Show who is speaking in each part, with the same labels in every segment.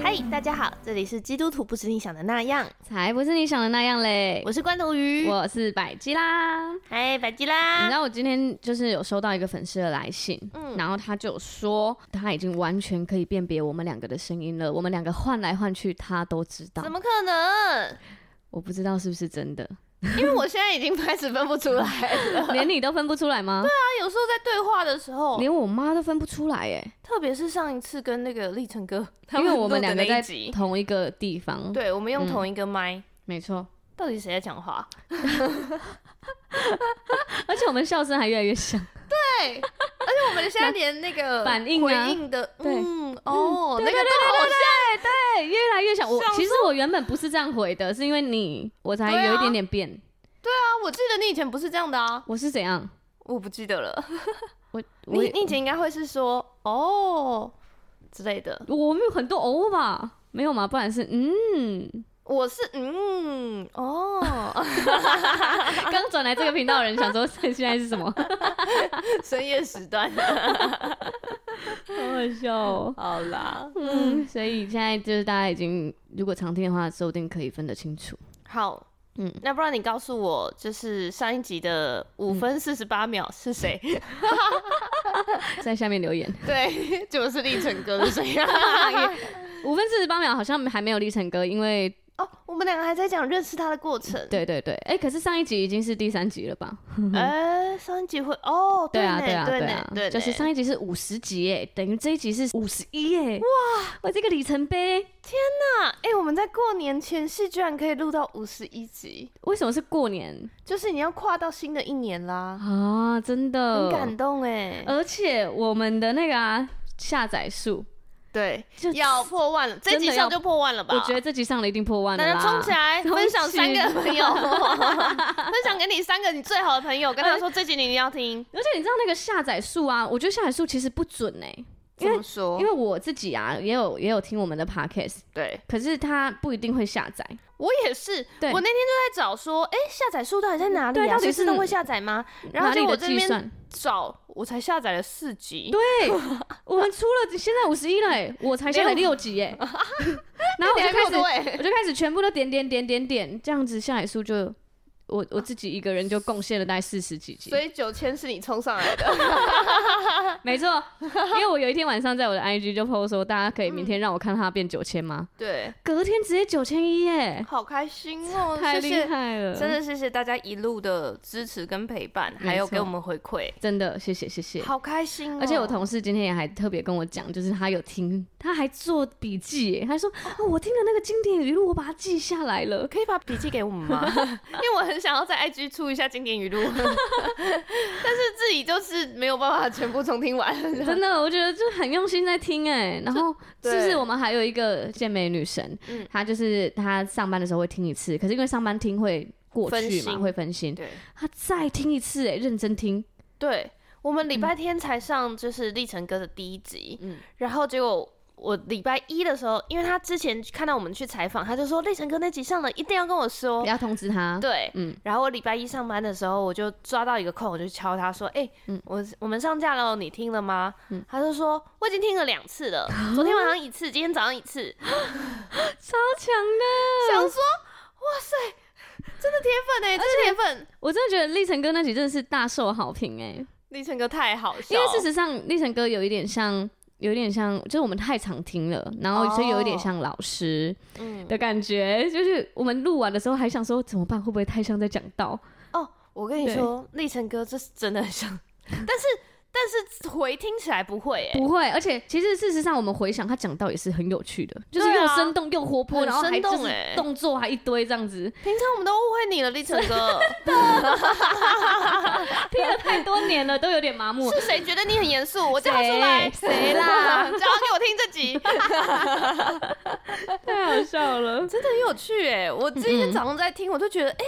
Speaker 1: 嗨，大家好，这里是基督徒不是你想的那样，
Speaker 2: 才不是你想的那样嘞！
Speaker 1: 我是关头鱼，
Speaker 2: 哎我是啊百吉啦。
Speaker 1: 嗨，百吉
Speaker 2: 你
Speaker 1: 啦
Speaker 2: 知，道我今天就是有收到一个粉丝的来信，
Speaker 1: 嗯
Speaker 2: 然后他就说他已经完全可以辨别我们两个的声音了，我们两个换来换去他都知道
Speaker 1: 怎，么可 能？
Speaker 2: 我不知道是不是真的，
Speaker 1: 因为我现在已经开始分不出来了。
Speaker 2: 连你都分不出来吗？
Speaker 1: 他有时候在对话的时候，
Speaker 2: 连我妈都分不出来哎，
Speaker 1: 特别是上一次跟那 个立成哥，他
Speaker 2: 因为我
Speaker 1: 录的
Speaker 2: 们两个
Speaker 1: 那
Speaker 2: 在
Speaker 1: 一集，
Speaker 2: 同一个地方，，
Speaker 1: 对我们用
Speaker 2: 嗯
Speaker 1: 同一个麦，
Speaker 2: 没错，
Speaker 1: 到底谁在讲话？
Speaker 2: 而且我们笑声还越来越 像，
Speaker 1: 对，而且我们现在连那个
Speaker 2: 反应
Speaker 1: 回
Speaker 2: 啊
Speaker 1: 应的，
Speaker 2: 对
Speaker 1: 嗯，哦，那个
Speaker 2: 对对
Speaker 1: 都好像
Speaker 2: 对，越来越像。我
Speaker 1: 想
Speaker 2: 其实我原本不是这样回的，是因为你我才
Speaker 1: 对啊
Speaker 2: 有一点点变，
Speaker 1: 啊，我记得你以前不是这样的啊，
Speaker 2: 我是怎样？
Speaker 1: 我不记得了。
Speaker 2: 我我
Speaker 1: 你你以前应该会是说哦之类的，
Speaker 2: 我们有很多哦吧？没有吗？不然是 嗯，
Speaker 1: 我是嗯哦，
Speaker 2: 刚转来这个频道的人想说现 在是什么？
Speaker 1: 深夜时段，
Speaker 2: 好好笑哦。
Speaker 1: 好啦，
Speaker 2: 嗯，所以现在就是大家已经如果常听的话，说不定可以分得 清楚。
Speaker 1: 好。嗯
Speaker 2: 嗯，
Speaker 1: 那不然你告诉我，就是上一集的五分四十八秒是谁？
Speaker 2: 在下面留言，
Speaker 1: 对，就是立成哥是谁啊？
Speaker 2: 五分四十八秒好像还没有立成哥，因为
Speaker 1: 哦，我们两个还在讲认识他的过程。，
Speaker 2: 对对对，哎、可是上一集已经是第三集了吧？
Speaker 1: 哎、上一集会哦，
Speaker 2: 对啊
Speaker 1: 呢，
Speaker 2: 对啊
Speaker 1: 对呢
Speaker 2: 啊，
Speaker 1: 对呢，
Speaker 2: 就是上一集是五十集哎，等于这一集是五十一哎，哇，我这个里程碑，
Speaker 1: 那哎、我们在过年前夕居然可以录到五十一集，
Speaker 2: 为什么是过年
Speaker 1: 就是你要跨到新的一年啦，
Speaker 2: 啊？真的
Speaker 1: 很感动哎、
Speaker 2: 而且我们的那个啊下载数，
Speaker 1: 对，
Speaker 2: 就
Speaker 1: 要破万了，这
Speaker 2: 真的
Speaker 1: 集上就破万了吧？
Speaker 2: 我觉得这集上了一定破万
Speaker 1: 大
Speaker 2: 了
Speaker 1: 家
Speaker 2: 啦，
Speaker 1: 冲起来，
Speaker 2: 冲
Speaker 1: 分享三
Speaker 2: 起
Speaker 1: 个
Speaker 2: 来
Speaker 1: 朋友， 分享给你三个你最好的朋友，跟他说这集你一定要听。
Speaker 2: 而且你知道那个下载数啊，我觉得下载数其实不准哎、
Speaker 1: 怎么说
Speaker 2: 因？为我自己啊也有也有听我们的 podcast，
Speaker 1: 对
Speaker 2: 可是它不一定会下载。
Speaker 1: 我也是，
Speaker 2: 对
Speaker 1: 我那天就在找说，哎，下载数到底在哪里
Speaker 2: 对
Speaker 1: 啊？
Speaker 2: 到底
Speaker 1: 谁
Speaker 2: 是
Speaker 1: 自动会下载吗？然后
Speaker 2: 哪
Speaker 1: 就
Speaker 2: 里
Speaker 1: 我
Speaker 2: 的
Speaker 1: 这
Speaker 2: 计
Speaker 1: 边
Speaker 2: 算？
Speaker 1: 找，我才下载了四集。
Speaker 2: 对，我们出了现在五十一了、欸，我才下载
Speaker 1: 没有
Speaker 2: 六 集哎、然后我
Speaker 1: 你还
Speaker 2: 就
Speaker 1: 没
Speaker 2: 开
Speaker 1: 有
Speaker 2: 始
Speaker 1: 多哎，
Speaker 2: 我就开始全部都点点点点点，这样子下载数就我我自己一个人就贡献了大概四十几集
Speaker 1: 所，以九千是你冲上来的。
Speaker 2: 没错，因为我有一天晚上在我的 IG 就 PO 说，大家可以明天让我看它变九千吗？
Speaker 1: 对，
Speaker 2: 隔天直接九千一耶，
Speaker 1: 好开心哦！
Speaker 2: 太
Speaker 1: 谢
Speaker 2: 厉
Speaker 1: 谢，
Speaker 2: 害了，
Speaker 1: 真的谢谢大家一路的支持跟陪伴，还有
Speaker 2: 没错
Speaker 1: 给我们回馈，
Speaker 2: 真的谢谢谢谢。
Speaker 1: 好开心、哦！
Speaker 2: 而且我同事今天也还特别跟我讲，就是他有听，他还做笔记耶，他说、哦、我听了那个经典语录，我把它记下来 了。
Speaker 1: 可以把笔记给我们 吗？因为我很想要在 IG 出一下经典语录，但是自己就是没有办法全部重听完。
Speaker 2: 真的，我觉得就很用心在 听哎。然后
Speaker 1: 对
Speaker 2: 是不是我们还有一个健美女神
Speaker 1: 嗯，
Speaker 2: 她就是她上班的时候会听一次，可是因为上班听会过
Speaker 1: 分
Speaker 2: 去嘛，
Speaker 1: 心
Speaker 2: 会分心，
Speaker 1: 对
Speaker 2: 她再听一次哎，认真听。
Speaker 1: 对，我们礼拜天才上就是立成哥的第一集，
Speaker 2: 嗯
Speaker 1: 然后结果。我礼拜一的时候，因为他之前看到我们去采访，他就说立成哥那集上了，一定要跟我说
Speaker 2: 不。要通知她。
Speaker 1: 对，
Speaker 2: 嗯
Speaker 1: 然后我礼拜一上班的时候，我就抓到一个空，我就敲他说：“哎、
Speaker 2: 嗯
Speaker 1: 我我们上架了哦，你听了吗？”他就说：“我已经听了两次 了，昨天晚上一次，今天早上一次。”
Speaker 2: 超强啊 的，
Speaker 1: 想说，哇塞，真的铁粉哎、欸，真的铁粉！
Speaker 2: 我真的觉得立成哥那集真的是大受好评哎，
Speaker 1: 立成哥太好笑，
Speaker 2: 因为事实上立成哥有一点像。有一点像，就是我们太常听了，然后
Speaker 1: 哦
Speaker 2: 所以有一点像老师
Speaker 1: 嗯，
Speaker 2: 的感觉。就是我们录完的时候还想说怎么办，会不会太像在讲道？
Speaker 1: 哦，我跟你
Speaker 2: 对
Speaker 1: 说，立成哥这是真的很像， 但是但是回听起来不会哎、
Speaker 2: 不会，而且其实事实上，我们回想他讲到也是很有趣的，就是
Speaker 1: 对啊
Speaker 2: 又生动又活泼，
Speaker 1: 很
Speaker 2: 然后还
Speaker 1: 生
Speaker 2: 就
Speaker 1: 动
Speaker 2: 是
Speaker 1: 欸
Speaker 2: 动作还一堆这样子，
Speaker 1: 平常我们都误会你了，立成哥，
Speaker 2: 听了太多年了，都有点麻 木。
Speaker 1: 是谁觉得你很严肃？我叫他出来，
Speaker 2: 谁谁 啦
Speaker 1: 叫他给我听这集，
Speaker 2: 太好笑了。
Speaker 1: 真的很有趣哎、我今天早上在听，我就觉得哎。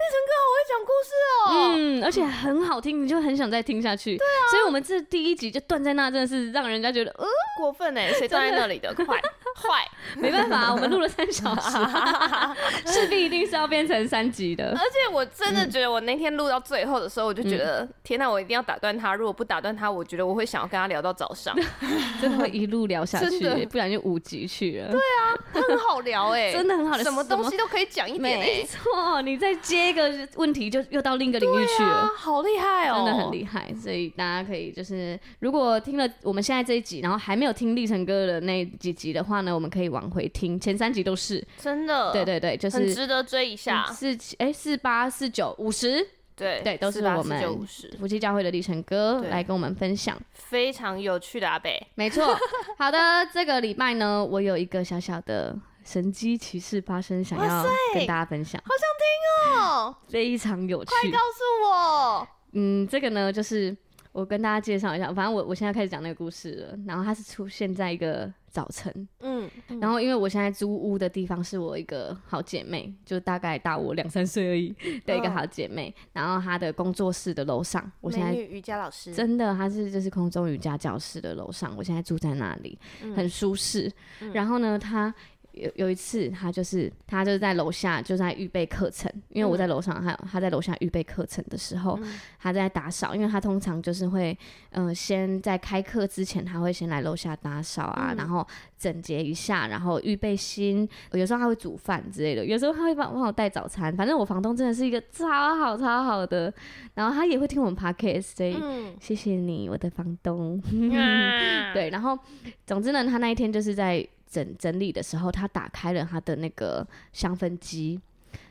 Speaker 1: 立成哥好会讲故事哦、
Speaker 2: 嗯，而且很好听，你就很想再听下去。对啊，所以我们这第一集就断在那，真的是让人家觉得，呃，
Speaker 1: 欸 过分哎、谁站在那里的？快快！
Speaker 2: 没 办法，我们录了三小时，势必一定是要变成三集的。
Speaker 1: 而且我真的觉得，我那天录到最后的时候，我就觉得，
Speaker 2: 嗯
Speaker 1: 天哪，我一定要打断他。如果不打断他，我觉得我会想要跟他聊到早 上，
Speaker 2: 真的会一路聊下
Speaker 1: 真的
Speaker 2: 去，不然就五集去了。对，
Speaker 1: 很好聊哎，
Speaker 2: 真的很好聊
Speaker 1: 什么东西都可以讲一点
Speaker 2: 没
Speaker 1: 哎，
Speaker 2: 错，你再接一个问题，就又到另一个领域去了。
Speaker 1: 啊，好厉害哦，
Speaker 2: 真的很厉害，所以大家可以就是，如果听了我们现在这一集，然后还没有听立成哥的那几集的话呢，我们可以往回听，前三集都是，
Speaker 1: 真的，
Speaker 2: 对，对对，就
Speaker 1: 呃很
Speaker 2: 是
Speaker 1: 值得追一下，
Speaker 2: 四哎四八四九五十
Speaker 1: 对
Speaker 2: 对都是我们
Speaker 1: 九五十，
Speaker 2: 夫妻教会的立成哥
Speaker 1: 对
Speaker 2: 来跟我们分享。
Speaker 1: 非常有趣的阿贝，
Speaker 2: 没错，好的，这个礼拜呢，我有一个小小的神机骑士发生，想
Speaker 1: 哇
Speaker 2: 要
Speaker 1: 塞
Speaker 2: 跟大家分享，嗯
Speaker 1: 哦，
Speaker 2: 非常有趣。
Speaker 1: 快告诉我，
Speaker 2: 嗯，这个呢，就是我跟大家介绍一下，反正我我现在开始讲那个故事了。然后它是出现在一个早晨，
Speaker 1: 嗯，
Speaker 2: 然后因为我现在租屋的地方是我一个好姐妹，就大概大我两三岁而已的一个
Speaker 1: 嗯
Speaker 2: 好姐妹。然后她的工作室的楼上， 我现
Speaker 1: 美
Speaker 2: 在
Speaker 1: 女瑜伽老师，
Speaker 2: 真的她是就是空中瑜伽教室的楼上，我现在住在那里，
Speaker 1: 嗯
Speaker 2: 很舒适。然后呢，她。有有一次，她就是她就是在楼下就在预备课程，因为我在楼上，还有她在楼下预备课程的时候，
Speaker 1: 嗯
Speaker 2: 他在打扫，因为他通常就是会，呃，先在开课之前，他会先来楼下打扫啊，
Speaker 1: 嗯
Speaker 2: 然后整洁一下，然后预备新。有时候他会煮饭之类的，有时候他会帮帮我带早餐。反正我房东真的是一个超好超好的，然后他也会听我们 podcast，所以、
Speaker 1: 嗯，
Speaker 2: 谢谢你，我的房 东。
Speaker 1: 啊，
Speaker 2: 嗯 对，然后总之呢，他那一天就是在整整理的时候，他打开了他的那个香氛机，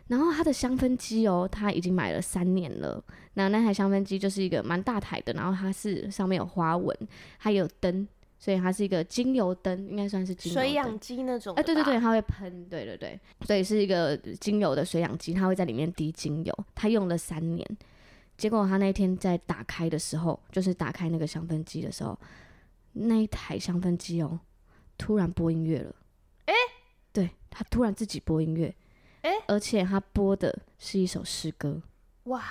Speaker 2: 然后他的香氛机哦，他已经买了三年了。那那台香氛机就是一个蛮大台的，然后它是上面有花纹，它有灯，所以它是一个精油灯，应该算是精油
Speaker 1: 水
Speaker 2: 灯
Speaker 1: 养。鸡那种，
Speaker 2: 哎、对对对，，它会喷，对对对，所以是一个精油的水养机，它会在里面滴精油。他用了三年，结果他那天在打开的时候，就是打开那个香氛机的时候，那一台香氛机哦，突然播音乐了。
Speaker 1: 哎
Speaker 2: 对他突然自己播音乐，
Speaker 1: 哎
Speaker 2: 而且他播的是一首诗歌，
Speaker 1: 哇，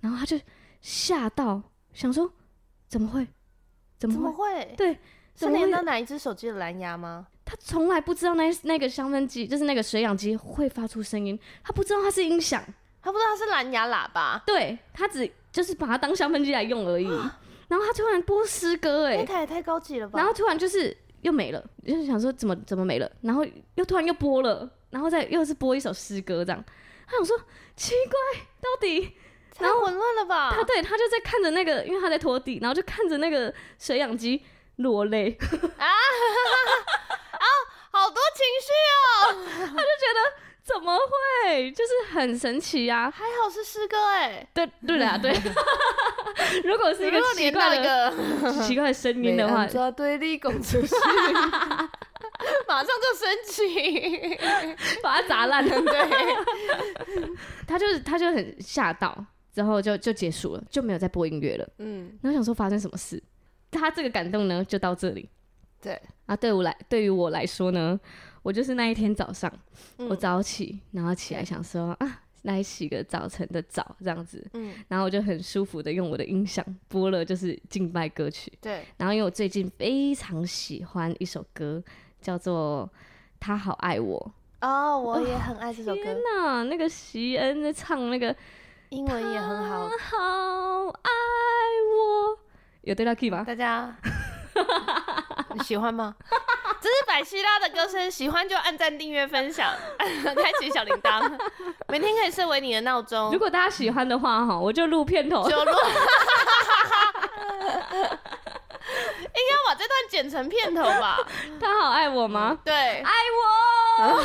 Speaker 2: 然后他就吓到，想说怎么会，
Speaker 1: 怎
Speaker 2: 怎么
Speaker 1: 么
Speaker 2: 会？
Speaker 1: 会？
Speaker 2: 对，
Speaker 1: 是
Speaker 2: 嗯怎么会
Speaker 1: 连
Speaker 2: 有
Speaker 1: 到哪一只手机的蓝牙吗？
Speaker 2: 他从来不知道那那个香氛机，就是那个水氧机会发出声音，他不知道它是音响，
Speaker 1: 他不知道它是蓝牙喇叭，
Speaker 2: 对他只就是把它当香氛机来用而已。然后他突然播诗歌、
Speaker 1: 啊那
Speaker 2: 哎，
Speaker 1: 台也太高级了吧？
Speaker 2: 然后突然就是又没了，就是想说怎么怎么没了，然后又突然又播了，然后再又是播一首诗歌这样。他想说奇怪，到底
Speaker 1: 太混乱了吧？
Speaker 2: 他对他就在看着那个，因为他在拖地，然后就看着那个水氧机落泪。
Speaker 1: 好多情绪，啊
Speaker 2: 怎么会？就是很神奇呀、啊！
Speaker 1: 还好是诗歌哎。
Speaker 2: 对对啦，对。 如果是一个
Speaker 1: 如果
Speaker 2: 奇
Speaker 1: 连到
Speaker 2: 怪
Speaker 1: 一
Speaker 2: 的
Speaker 1: 个
Speaker 2: 奇怪的声音的话，
Speaker 1: 抓对立拱出 去， 马上就生 气。
Speaker 2: 把它砸烂了，
Speaker 1: 对，
Speaker 2: 他就是他就很吓到，之后就就结束了，就没有再播音乐了。
Speaker 1: 嗯，
Speaker 2: 然后想说发生什么事，他这个感动呢就到这里。
Speaker 1: 对，
Speaker 2: 啊，对我来对于我来说呢，我就是那一天早上、
Speaker 1: 嗯
Speaker 2: 我早起，然后起来想说啊，来洗个早晨的澡这样子，
Speaker 1: 嗯，
Speaker 2: 然后我就很舒服的用我的音响播了就是敬拜歌曲，
Speaker 1: 对，
Speaker 2: 然后因为我最近非常喜欢一首歌，叫做《他好爱我
Speaker 1: 哦，我也很爱这》。 首
Speaker 2: 天
Speaker 1: 歌，
Speaker 2: 哪，那个席恩在唱那个
Speaker 1: 英文也很 好
Speaker 2: “他。好爱我”，有对到 key 吗？
Speaker 1: 大家你喜欢吗？这是百希拉的歌声，喜欢就按赞、订阅、分享， 开启小铃铛，每天可以设为你的闹钟
Speaker 2: 如。果大家喜欢的话，哈，我就录片头。
Speaker 1: 九路， 应该把这段剪成片头吧？
Speaker 2: 他好爱我吗？
Speaker 1: 对，
Speaker 2: 爱我。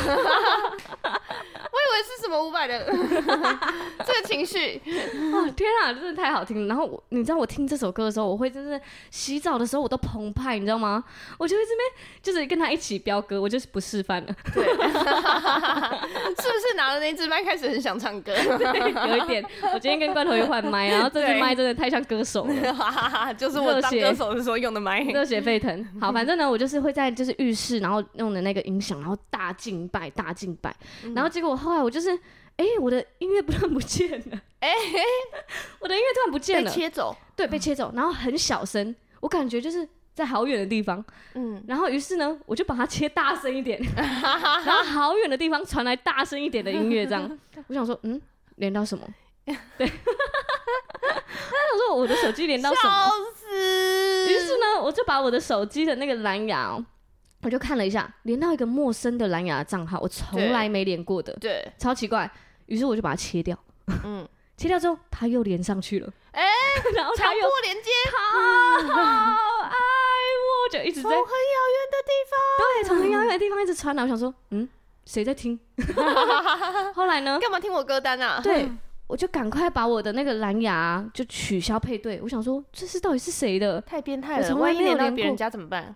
Speaker 1: 我 以为是什么五百的 这个情绪，
Speaker 2: 啊，天啊，真的太好听了！然后我，你知道我听这首歌的时候，我会真的洗澡的时候我都澎湃，你知道吗？我就会这边就是跟他一起飙歌，我就是不示范了，
Speaker 1: 对，是不是拿了那支麦开始很想唱歌？
Speaker 2: 有一点。我今天跟罐头鱼换麦，然后这支
Speaker 1: 对
Speaker 2: 麦真的太像歌手了。
Speaker 1: 就是我当
Speaker 2: 热血
Speaker 1: 歌手的时候用的麦。
Speaker 2: 热血沸腾。 好，反正呢，我就是会在就是浴室，然后用的那个音响，然后大敬拜，大敬拜。然后结果后来我就是，哎、我的音乐不然不见了，
Speaker 1: 哎，
Speaker 2: 我的音乐突然不见
Speaker 1: 被
Speaker 2: 了，
Speaker 1: 切走，
Speaker 2: 嗯对，被切走，然后很小声，我感觉就是。在好远的地方。
Speaker 1: 嗯，
Speaker 2: 然后于是呢，我就把它切大声一 点，然后好远的地方传来大声一点的音乐，这 样我想说，嗯，连到什 么？对，我想说我的手机连到什么？
Speaker 1: 笑死！
Speaker 2: 于是呢，我就把我的手机的那个蓝牙、哦，我就看了一下，连到一个陌生的蓝牙账号，我从来没连过的，
Speaker 1: 对，
Speaker 2: 超奇怪。于是我就把它切掉，
Speaker 1: 嗯，
Speaker 2: 切掉之后，它又连上去了，
Speaker 1: 哎
Speaker 2: 然后
Speaker 1: 强
Speaker 2: 它又
Speaker 1: 迫连接，
Speaker 2: 好爱我，就一直
Speaker 1: 从
Speaker 2: 在
Speaker 1: 很遥远的地方，
Speaker 2: 对，从很遥远的地方一直传来，我想说，嗯，谁在 听？后来呢？
Speaker 1: 干嘛听我歌单啊？
Speaker 2: 对，我就赶快把我的那个蓝牙就取消配对。我想说，这是到底是谁的？
Speaker 1: 太变态
Speaker 2: 我
Speaker 1: 了，
Speaker 2: 从
Speaker 1: 万
Speaker 2: 来
Speaker 1: 一
Speaker 2: 没有
Speaker 1: 连到
Speaker 2: 连
Speaker 1: 别人
Speaker 2: 过
Speaker 1: 家怎么办？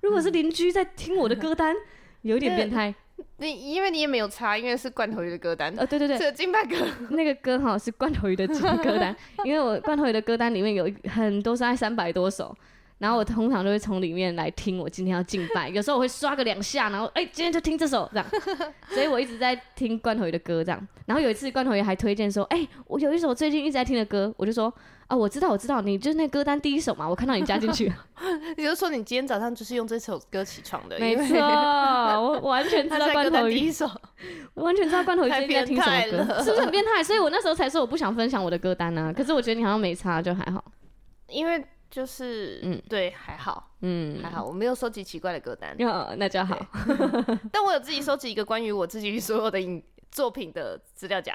Speaker 2: 如果是邻居在听我的歌单，有一点变态。
Speaker 1: 你因为你也没有查，因为是罐头鱼的歌单，
Speaker 2: 呃，对对对，
Speaker 1: 这金牌歌，
Speaker 2: 那个歌哈是罐头鱼的歌单，因为我罐头鱼的歌单里面有一很多是爱三百多首。然后我通常都会从里面来听我今天要敬拜，有时候我会刷个两下，然后哎、今天就听这 首这样，所以我一直在听罐头鱼的歌这样。然后有一次罐头鱼还推荐说，哎、我有一首最近一直在听的歌，我就说啊我知道我知道，你就是那歌单第一首嘛，我看到你加 进去，
Speaker 1: 也就是说你今天早上就是用这首歌起床的，
Speaker 2: 没
Speaker 1: 因为
Speaker 2: 错，我完全知
Speaker 1: 他
Speaker 2: 道
Speaker 1: 在
Speaker 2: 罐
Speaker 1: 歌
Speaker 2: 头
Speaker 1: 单第
Speaker 2: 鱼
Speaker 1: 一，首，
Speaker 2: 我完全知道罐头鱼最近在听什
Speaker 1: 太
Speaker 2: 么
Speaker 1: 变态
Speaker 2: 歌，
Speaker 1: 了
Speaker 2: 是不是很变态？所以我那时候才说我不想分享我的歌单啊。可是我觉得你好像没差，就还好。
Speaker 1: 因为就是
Speaker 2: 嗯
Speaker 1: 对，还好
Speaker 2: 嗯，
Speaker 1: 还好，我没有收集奇怪的歌单，
Speaker 2: 呃，那就好。
Speaker 1: 但我有自己收集一个关于我自己所有的影作品的资料夹，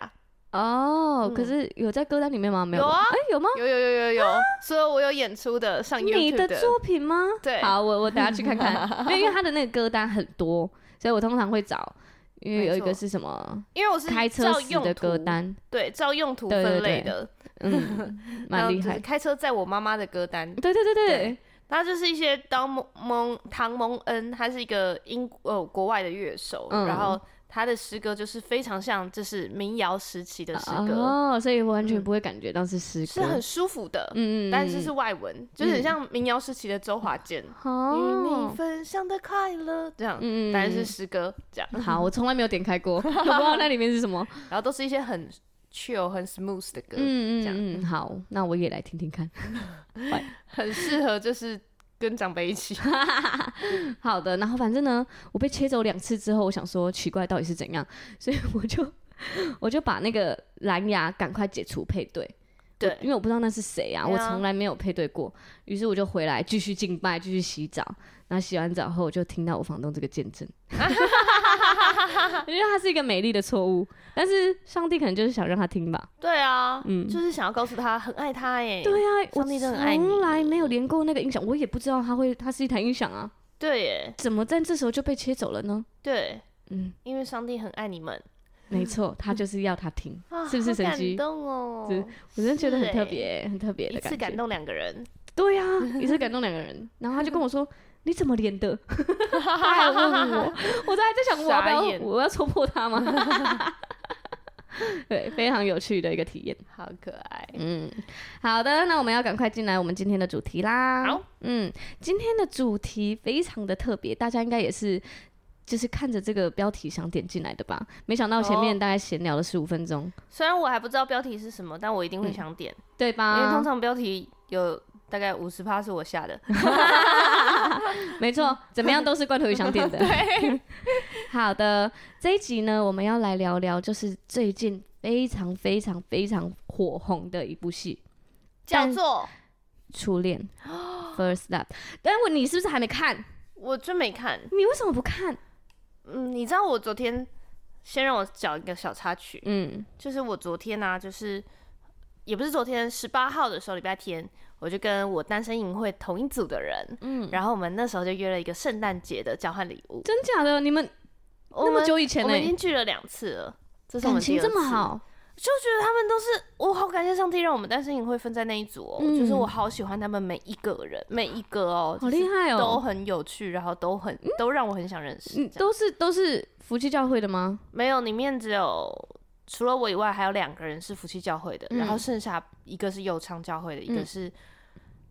Speaker 2: 哦，
Speaker 1: 嗯
Speaker 2: 可是有在歌单里面吗？没
Speaker 1: 有
Speaker 2: 吧
Speaker 1: 啊
Speaker 2: 哎，有吗？
Speaker 1: 有有有有有，所有我有演出的上
Speaker 2: 你
Speaker 1: YouTube
Speaker 2: 的作品吗？
Speaker 1: 对
Speaker 2: 好，我我等下去 看看。没有因为他的那个歌单很多，所以我通常会找。因为有一
Speaker 1: 没
Speaker 2: 个
Speaker 1: 错
Speaker 2: 是什么
Speaker 1: 因为我是
Speaker 2: 开车
Speaker 1: 照
Speaker 2: 时
Speaker 1: 用
Speaker 2: 的
Speaker 1: 途
Speaker 2: 歌，单，
Speaker 1: 对，照用途
Speaker 2: 对对
Speaker 1: 分
Speaker 2: 对
Speaker 1: 类的，
Speaker 2: 嗯，
Speaker 1: 还有
Speaker 2: 蛮厉
Speaker 1: 就是
Speaker 2: 害。
Speaker 1: 开车载我妈妈的歌单，
Speaker 2: 对对对对
Speaker 1: 对，它就是一些当蒙蒙唐蒙恩，他是一个英呃国外的乐手，
Speaker 2: 嗯
Speaker 1: 然后他的诗歌就是非常像就是民谣时期的诗歌，嗯
Speaker 2: 哦，所以我完全不会感觉到是诗
Speaker 1: 是
Speaker 2: 歌，
Speaker 1: 很舒服的，
Speaker 2: 嗯，嗯
Speaker 1: 但是是
Speaker 2: 嗯
Speaker 1: 外文，就是很像民谣时期的周华健，与
Speaker 2: 哦
Speaker 1: 你，分享的快乐这样，
Speaker 2: 嗯
Speaker 1: 但是诗歌这样，
Speaker 2: 好，我从来没有点开 过，我不知道那里面是什么。
Speaker 1: 然后都是一些很 chill 很 smooth 的歌，
Speaker 2: 嗯
Speaker 1: 这样
Speaker 2: 嗯嗯，好，那我也来听听看。
Speaker 1: 很适合就是跟长辈一起。
Speaker 2: 好的，然后反正呢，我被切走两次之后，我想说奇怪到底是怎样，所以我就我就把那个蓝牙赶快解除配 对，
Speaker 1: 对
Speaker 2: 因为我不知道那是谁啊，
Speaker 1: 对
Speaker 2: 我
Speaker 1: 啊
Speaker 2: 从来没有配对过，于是我就回来继续敬拜，继续洗澡。然后洗完澡后，我就听到我房东这个见证， 因为它是一个美丽的错误，但是上帝可能就是想让他听吧。
Speaker 1: 对啊，
Speaker 2: 嗯
Speaker 1: 就是想要告诉他很爱他哎、
Speaker 2: 对啊，我
Speaker 1: 上帝真的很爱你
Speaker 2: 从来没有连过那个音响，我也不知道它会，它是一台音响啊，
Speaker 1: 对耶，
Speaker 2: 怎么在这时候就被切走了呢？
Speaker 1: 对，
Speaker 2: 嗯。
Speaker 1: 因为上帝很爱你们，
Speaker 2: 没错，他就是要他听，
Speaker 1: 啊、
Speaker 2: 是不是
Speaker 1: 好
Speaker 2: 神
Speaker 1: 感
Speaker 2: 奇？
Speaker 1: 动哦，
Speaker 2: 是我真的觉得
Speaker 1: 是欸
Speaker 2: 很 特别、很特别
Speaker 1: 一
Speaker 2: 的
Speaker 1: 次感
Speaker 2: 觉。
Speaker 1: 动两个人，
Speaker 2: 对呀、一次感动两 个人。然后他就跟我说：“你怎么连的？”他还问我，我都还在想我要不
Speaker 1: 傻
Speaker 2: 要
Speaker 1: 眼
Speaker 2: 我要戳破他吗？ 对，非常有趣的一个体验。
Speaker 1: 好可爱。
Speaker 2: 嗯，好的，那我们要赶快进来我们今天的主题啦。
Speaker 1: 好，
Speaker 2: 嗯，今天的主题非常的特别，大家应该也是就是看着这个标题想点进来的吧？没想到前面
Speaker 1: 哦
Speaker 2: 大概闲聊了十五分钟。
Speaker 1: 虽然我还不知道标题是什么，但我一定会想点，
Speaker 2: 对吧？
Speaker 1: 因为通常标题有大概五十趴是我下的。
Speaker 2: 没 错，怎么样都是罐头鱼想点的。 对，好的，这一集呢，我们要来聊聊，就是最近非常非常非常火红的一部戏
Speaker 1: 叫做
Speaker 2: 《初恋》（First Love）。但我你是不是还没看？
Speaker 1: 我真没看，
Speaker 2: 你为什么不看？
Speaker 1: 嗯，你知道我昨天先让我讲一个小插曲，
Speaker 2: 嗯
Speaker 1: 就是我昨天呢、就是也不是昨天，十八号的时候，礼拜天，我就跟我单身营会同一组的人，
Speaker 2: 嗯，
Speaker 1: 然后我们那时候就约了一个圣诞节的交换礼物。
Speaker 2: 真假的？你们
Speaker 1: 我
Speaker 2: 那么
Speaker 1: 们
Speaker 2: 久以前
Speaker 1: 我
Speaker 2: 呢、
Speaker 1: 们已经聚了两次了，这是我
Speaker 2: 感
Speaker 1: 们第
Speaker 2: 情
Speaker 1: 二
Speaker 2: 这么
Speaker 1: 次，
Speaker 2: 好，
Speaker 1: 就觉得他们都是我好感谢上帝让我们单身营会分在那一组哦，
Speaker 2: 嗯
Speaker 1: 就是我好喜欢他们每一个人，每一个哦，
Speaker 2: 好厉害
Speaker 1: 都
Speaker 2: 哦！
Speaker 1: 很有趣，然后都很都让我很想认识。
Speaker 2: 嗯，
Speaker 1: 这样
Speaker 2: 都是都是夫妻教会的吗？
Speaker 1: 没有，里面只有除了我以外，还有两个人是夫妻教会的，
Speaker 2: 嗯
Speaker 1: 然后剩下一个是右昌教会的，一个
Speaker 2: 嗯
Speaker 1: 是、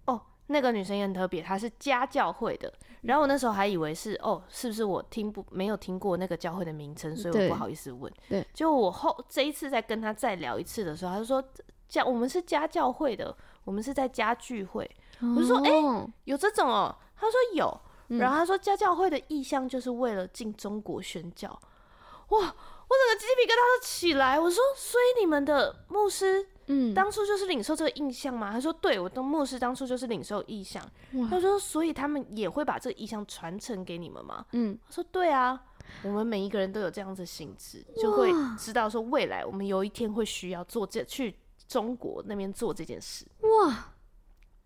Speaker 1: 哦，那个女生也很特别，她是家教会的。然后我那时候还以为是哦，是不是我听不没有听过那个教会的名称，所以
Speaker 2: 对
Speaker 1: 我不好意思问。
Speaker 2: 对，
Speaker 1: 就我后这一次再跟她再聊一次的时候，她就说家我们是家教会的，我们是在家聚会，
Speaker 2: 我
Speaker 1: 就说
Speaker 2: 哎，
Speaker 1: 有这种哦。他说有，然后他说家教会的意向就是为了进中国宣教。哇，我整个鸡皮疙瘩都起来。我说，所以你们的牧师
Speaker 2: 嗯，
Speaker 1: 当初就是领受这个意向吗？他说，对，我的牧师当初就是领受意向。
Speaker 2: 哇
Speaker 1: 他说，所以他们也会把这个意向传承给你们吗？
Speaker 2: 嗯，
Speaker 1: 我说，对啊。我们每一个人都有这样子的性质，就会
Speaker 2: 哇
Speaker 1: 知道说未来我们有一天会需要做这去中国那边做这件事。
Speaker 2: 哇，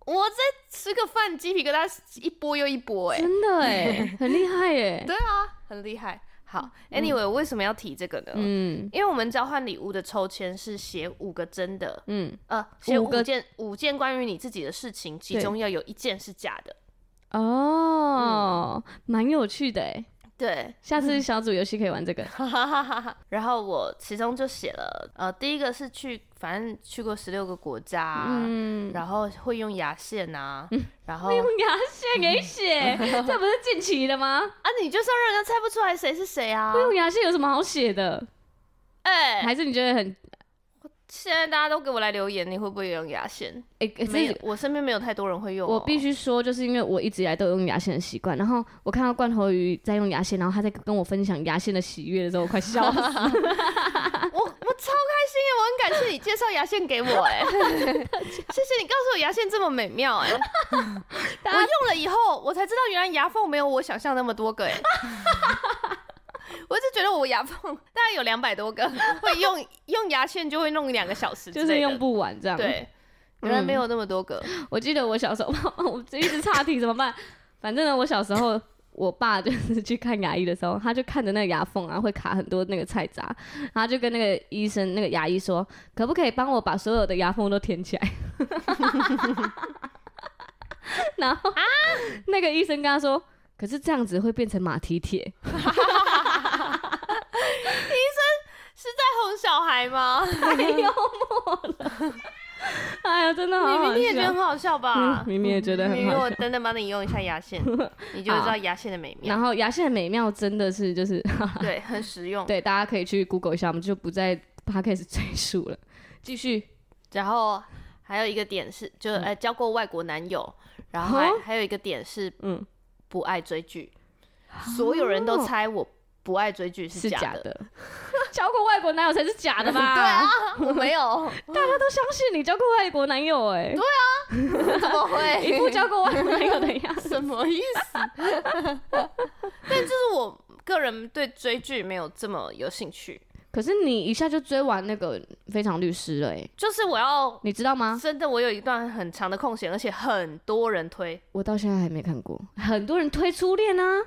Speaker 1: 我在吃个饭，鸡皮疙瘩一波又一波、哎，
Speaker 2: 真的哎，很厉害 哎，
Speaker 1: 对啊， 很厉害。好，Anyway，、我为什么要提这个呢？
Speaker 2: 嗯
Speaker 1: 因为我们交换礼物的抽签是写五个真的，
Speaker 2: 嗯，
Speaker 1: 呃，写
Speaker 2: 五
Speaker 1: 五
Speaker 2: 个
Speaker 1: 件五件关于你自己的事情，其
Speaker 2: 对
Speaker 1: 中要有一件是假的。
Speaker 2: 哦，蛮有趣的哎，
Speaker 1: 对，
Speaker 2: 下次小组游戏可以玩 这个，
Speaker 1: 哈哈哈哈哈。然后我其中就写了，呃，第一个是去，反正去过十六个国家、啊
Speaker 2: 嗯，
Speaker 1: 然后会用牙线啊，然后
Speaker 2: 用牙线给 写，这不是近期的吗？
Speaker 1: 啊，你就是要让人家猜不出来谁是谁啊。
Speaker 2: 用牙线有什么好写的？
Speaker 1: 哎、
Speaker 2: 还是你觉得很
Speaker 1: 现在大家都给我来留言，你会不会用牙线？
Speaker 2: 哎，这
Speaker 1: 没有
Speaker 2: 是，
Speaker 1: 我身边没有太多人会用哦、
Speaker 2: 我必须说，就是因为我一直以来都有用牙线的习惯，然后我看到罐头鱼在用牙线，然后他在跟我分享牙线的喜悦的时候，我快笑死了。
Speaker 1: 我我超开心耶！我很感谢你介绍牙线给我 哎，谢谢你告诉我牙线这么美妙哎。我
Speaker 2: 大家
Speaker 1: 用了以后，我才知道原来牙缝没有我想象那么多个 哎。我一直觉得我牙缝大概有两百多个，会用用牙线就会弄两个小时之
Speaker 2: 就
Speaker 1: 类的，
Speaker 2: 是用不嗯完这样。，
Speaker 1: 对，原来没有那么多个。
Speaker 2: 我记得我小时候， 我一直岔题怎么办？反正呢，我小时候。我爸就是去看牙医的时候，他就看着那个牙缝啊，会卡很多那个菜渣，然后就跟那个医生、那个牙医说，可不可以帮我把所有的牙缝都填起来？ 然后、
Speaker 1: 啊
Speaker 2: 那个医生跟他说，可是这样子会变成马蹄铁。
Speaker 1: 是在哄小孩吗？
Speaker 2: 太幽默了。哎呀，真的好
Speaker 1: 你
Speaker 2: 好笑。
Speaker 1: 明明也觉得很好笑吧
Speaker 2: 嗯？明明也觉得很
Speaker 1: 明明
Speaker 2: 好
Speaker 1: 我
Speaker 2: 笑。
Speaker 1: 等等帮你用一下牙 线，你就会知道牙线的美妙
Speaker 2: 然。后牙线的美妙真的是就是，
Speaker 1: 对，很实用。
Speaker 2: 对，大家可以去 Google 一下，我们就不再 podcast 赘述了。继续，
Speaker 1: 然后还有一个点是，
Speaker 2: 嗯
Speaker 1: 就是呃交过外国男友，然后还还有一个点是
Speaker 2: 嗯，
Speaker 1: 不爱追剧，所有人都猜我不爱追剧
Speaker 2: 是
Speaker 1: 假
Speaker 2: 假
Speaker 1: 的，
Speaker 2: 的。交过外国男友才是假的 吧？
Speaker 1: 对啊，，我没有，
Speaker 2: 大家都相信你交过外国男友哎、
Speaker 1: 怎么会？
Speaker 2: 一副交过外国男友的样 子。
Speaker 1: 什么意思？但就是我个人对追剧没有这么有兴趣，
Speaker 2: 可是你一下就追完那个《非常律师》了哎、
Speaker 1: 就是我要。
Speaker 2: 你知道吗？
Speaker 1: 真的，我有一段很长的空闲，而且很多人推，
Speaker 2: 我到现在还没看过，很多人推初恋啊。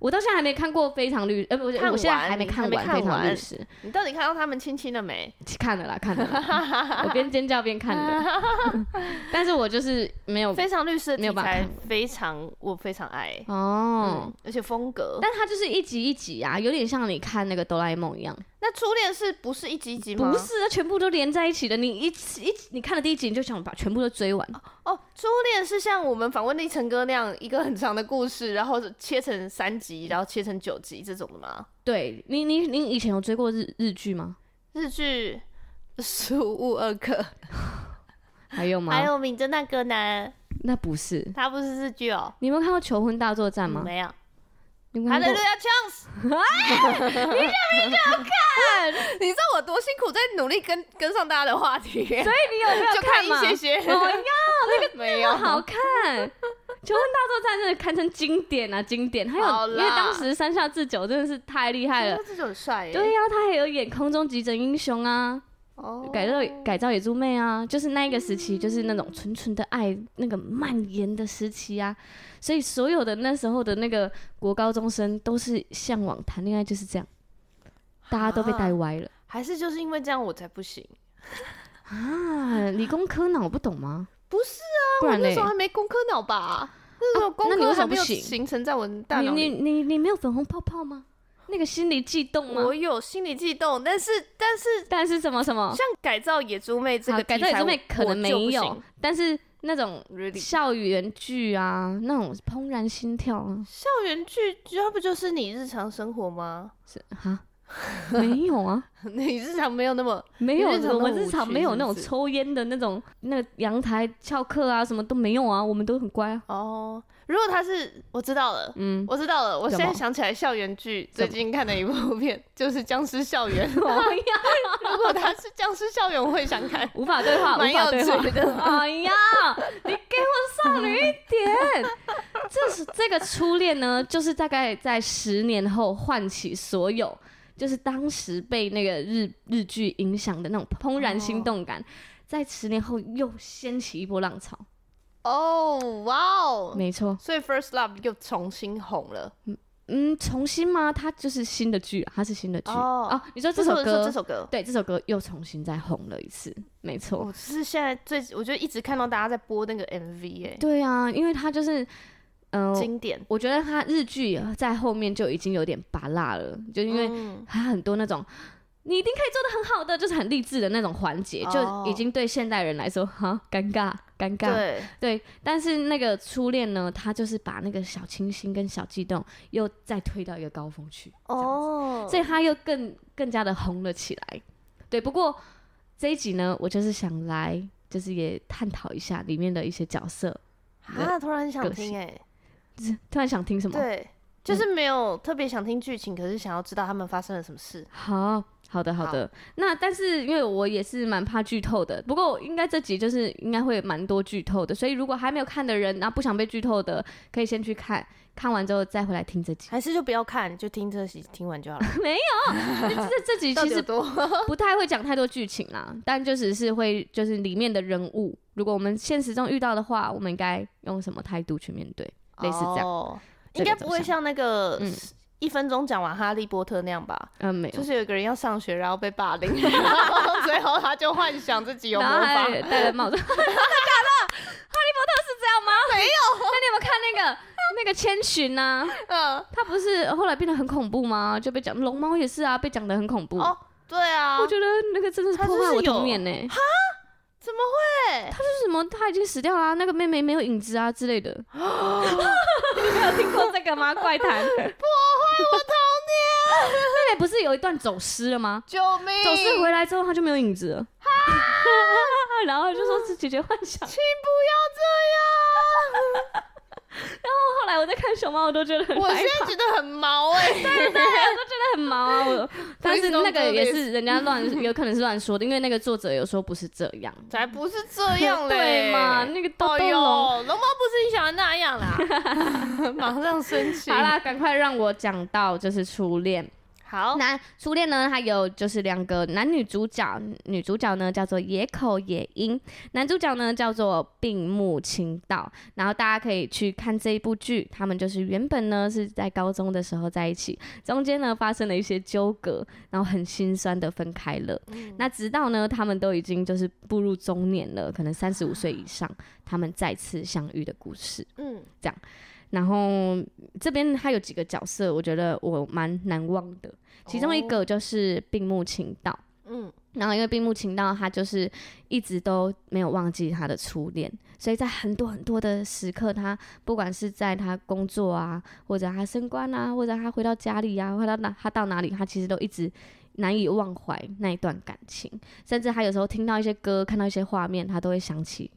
Speaker 2: 我到现在还没看过《非常律》，呃，不是，
Speaker 1: 看
Speaker 2: 我现在
Speaker 1: 完
Speaker 2: 还没
Speaker 1: 你
Speaker 2: 看
Speaker 1: 还没
Speaker 2: 完《
Speaker 1: 看
Speaker 2: 非常律
Speaker 1: 完
Speaker 2: 师
Speaker 1: 你到底看到他们亲亲了没？》，
Speaker 2: 看了啦，看了啦， 我边尖叫边看的，但是我就是没有
Speaker 1: 非常律师的
Speaker 2: 没有
Speaker 1: 题
Speaker 2: 办法
Speaker 1: 材
Speaker 2: 看
Speaker 1: 非常，我非常爱。
Speaker 2: 哦
Speaker 1: 嗯，，而且风格。
Speaker 2: 但它就是一集一集啊，有点像你看那个哆啦 A 梦一样，
Speaker 1: 那初恋是不是一集一集吗？
Speaker 2: 不是，它啊全部都连在一起的，你一次一你看了第一集你就想把全部都追完，
Speaker 1: 哦，初恋是像我们访问立成哥那样一个很长的故事，然后切成三集，然后切成九集这种的吗？
Speaker 2: 对你你你以前有追过日日剧吗？
Speaker 1: 日剧 《俗物二课》，
Speaker 2: 还有 吗？
Speaker 1: 还有《名侦探柯南》，
Speaker 2: 那不是，
Speaker 1: 它不是日剧哦。嗯
Speaker 2: 你有没有看过《求婚大作战》吗？
Speaker 1: 没有，
Speaker 2: 你有没有
Speaker 1: 还
Speaker 2: 看
Speaker 1: 在对
Speaker 2: 过
Speaker 1: 他 chance，你 知道我多辛苦在努力跟跟上大家的话题，
Speaker 2: 所以哎你有没有
Speaker 1: 就看
Speaker 2: 看
Speaker 1: 一
Speaker 2: 嘛？
Speaker 1: 些些。
Speaker 2: 我要
Speaker 1: 那个 没有
Speaker 2: 好看，《求婚大作战》真的堪称经典啊，经典！还
Speaker 1: 好
Speaker 2: 有，因
Speaker 1: 啦
Speaker 2: 为当时山下智久真的是太厉害了。
Speaker 1: 这种帅耶
Speaker 2: 对呀、他还有演《空中急诊英雄》啊，
Speaker 1: 哦
Speaker 2: 改造改造野猪妹啊，就是那一个时期，就是那种纯纯的爱那个蔓延的时期啊。所以所有的那时候的那个国高中生都是向往谈恋爱，就是这样，大家都被带歪了
Speaker 1: 还是就是因为这样我才不行。
Speaker 2: 啊！理工科脑不懂吗？
Speaker 1: 不是
Speaker 2: 不
Speaker 1: 我
Speaker 2: 然呢
Speaker 1: 那？时候还没工科脑吧？那时候工
Speaker 2: 那你为
Speaker 1: 科
Speaker 2: 什么
Speaker 1: 还
Speaker 2: 不
Speaker 1: 没有
Speaker 2: 行
Speaker 1: 形成在我的大脑里。
Speaker 2: 你你你你没有粉红泡泡吗？那个心理悸动吗？
Speaker 1: 我有心理悸动，但是但是
Speaker 2: 但是什么什么，
Speaker 1: 像改造野猪妹这
Speaker 2: 哦好
Speaker 1: 个
Speaker 2: 改造
Speaker 1: 题
Speaker 2: 野
Speaker 1: 材
Speaker 2: 猪妹
Speaker 1: 我
Speaker 2: 可能没
Speaker 1: 我就不
Speaker 2: 有
Speaker 1: 行，
Speaker 2: 但是那种
Speaker 1: Really
Speaker 2: 校园剧啊，那种怦然心跳啊，
Speaker 1: 校园剧，它不就是你日常生活吗？
Speaker 2: 是哈，没有啊，
Speaker 1: 你日常没有那么
Speaker 2: 没有
Speaker 1: 你日常，都
Speaker 2: 我们
Speaker 1: 很
Speaker 2: 日
Speaker 1: 无
Speaker 2: 常
Speaker 1: 趣
Speaker 2: 没有
Speaker 1: 是
Speaker 2: 那
Speaker 1: 不
Speaker 2: 种
Speaker 1: 是
Speaker 2: 抽烟的那种，那个阳台翘课啊，什么都没有啊，我们都很乖啊。
Speaker 1: 哦。如果他是，我知道了，
Speaker 2: 嗯，
Speaker 1: 我知道了。我
Speaker 2: 什
Speaker 1: 现
Speaker 2: 么
Speaker 1: 在想起来校园剧
Speaker 2: 什
Speaker 1: 最
Speaker 2: 么
Speaker 1: 近看的一部片 就是《僵尸校 园》
Speaker 2: 我呀，
Speaker 1: 如果他是《僵尸校园》，我会想看。
Speaker 2: 无法对话，啊无
Speaker 1: 蛮
Speaker 2: 法
Speaker 1: 有
Speaker 2: 对话
Speaker 1: 趣。的
Speaker 2: 哎呀，你给我少女一点。 这是这个初恋呢，就是大概在十年后唤起所有，就是当时被那个日日剧影响的那种怦然心动感，在十年后又掀起一波浪潮。
Speaker 1: 哦，哇哦！
Speaker 2: 没错，
Speaker 1: 所以《First Love》又重新红了。
Speaker 2: 嗯，重新吗？它就是新的剧，它是新的剧。
Speaker 1: 哦
Speaker 2: 哦，你说
Speaker 1: 不
Speaker 2: 这
Speaker 1: 是
Speaker 2: 首
Speaker 1: 我是说
Speaker 2: 歌
Speaker 1: 这，首歌，
Speaker 2: 对，这首歌又重新再红了一次，没错。
Speaker 1: 我是现在最，我就一直看到大家在播那个 MV 哎、
Speaker 2: 对啊，因为它就是，嗯、
Speaker 1: 经典。
Speaker 2: 我觉得他日剧在后面就已经有点拔辣了，就因为
Speaker 1: 嗯
Speaker 2: 他很多那种你一定可以做的很好的，就是很励志的那种环节，
Speaker 1: 哦
Speaker 2: 就已经对现代人来说哈尴尬尴尬。
Speaker 1: 对，
Speaker 2: 对，但是那个初恋呢，他就是把那个小清新跟小悸动又再推到一个高峰去，
Speaker 1: 哦，
Speaker 2: 所以他又更更加的红了起来。对，不过这一集呢，我就是想来。就是也探讨一下里面的一些角色，
Speaker 1: 啊，突然想
Speaker 2: 个
Speaker 1: 听
Speaker 2: 性
Speaker 1: 哎、
Speaker 2: 突然想听什么？
Speaker 1: 对，就是没有特别想听剧情，可是想要知道他们发生了什么事。
Speaker 2: 好好的好的，那但是因为我也是蛮怕剧透的，不过应该这集就是应该会蛮多剧透的，所以如果还没有看的人，然后不想被剧透的，可以先去看，看完之后再回来 听这集。
Speaker 1: 还是就不要看，就听这集，听完就 好了。
Speaker 2: 没有，这这这集
Speaker 1: 到
Speaker 2: 其
Speaker 1: 底有
Speaker 2: 实
Speaker 1: 多哦
Speaker 2: 不太会讲太多剧情啦，但就只是会就是里面的人物，如果我们现实中遇到的话，我们应该用什么态度去面对，类似这样。
Speaker 1: 哦、
Speaker 2: 这
Speaker 1: 应
Speaker 2: 个
Speaker 1: 该
Speaker 2: 走
Speaker 1: 不会
Speaker 2: 向
Speaker 1: 像那个
Speaker 2: 嗯
Speaker 1: 一分钟讲完《哈利波特》那样吧？
Speaker 2: 嗯、没有
Speaker 1: 就。是有一个人要上学，然后被霸 凌，然后 最后他就幻想自己有魔
Speaker 2: 然后
Speaker 1: 法
Speaker 2: 还。有戴了帽子。真的假 的？哈利波特是这样吗？没有。那你有没有看那个那个千寻呢、啊？
Speaker 1: 嗯，
Speaker 2: 他不是后来变得很恐怖吗？就被讲龙猫也是啊，被讲得很恐怖。
Speaker 1: 哦对啊，
Speaker 2: 我觉得那个真的是
Speaker 1: 他
Speaker 2: 破
Speaker 1: 就是
Speaker 2: 坏我
Speaker 1: 有
Speaker 2: 童年呢、他
Speaker 1: 怎么会？
Speaker 2: 是什么？他已经死掉啦、那个妹妹没有影子啊之 类的。你没有听过这 个吗？怪谈。破坏我童年。妹妹不是有一段走失了吗？
Speaker 1: 救命！
Speaker 2: 走失回来之后，他就没有影子了。 然后就说是姐姐幻想。
Speaker 1: 请 不
Speaker 2: 后来我在看熊猫，我都觉得很
Speaker 1: 要这样！我
Speaker 2: 害
Speaker 1: 现
Speaker 2: 怕
Speaker 1: 在觉得很毛哎、
Speaker 2: 对对，我都觉得很毛啊。我但是那个也是人家乱，有可能是乱说的，因为那个作者有说不是这样，
Speaker 1: 才不是这样嘞！
Speaker 2: 对嘛？？那个豆
Speaker 1: 哎
Speaker 2: 豆
Speaker 1: 呦，
Speaker 2: 龙。
Speaker 1: 龙猫不是你想的那样 啦！马上生气。
Speaker 2: 好啦，赶快让我讲到就是初恋。
Speaker 1: 好，
Speaker 2: 那初恋呢，它有就是两个男女主角，女主角呢叫做野口野樱，男主角呢叫做病木清道。然后大家可以去看这一部剧，他们就是原本呢是在高中的时候在一起，中间呢发生了一些纠葛，然后很心酸的分开了。那直到呢他们都已经就是步入中年了，可能三十五岁以上，他们再次相遇的故事。
Speaker 1: 嗯，
Speaker 2: 然后这边他有几个角色，我觉得我蛮难忘的。其中一个就是病木情道，
Speaker 1: 嗯，
Speaker 2: 然后因为病木情道他就是一直都没有忘记他的初恋，所以在很多很多的时刻，他不管是在他工作啊，或者他升官啊，或者他回到家里啊，或者他哪他到哪里，他其实都一直难以忘怀那一段感情，甚至他有时候听到一些歌，看到一些画面，他都会想起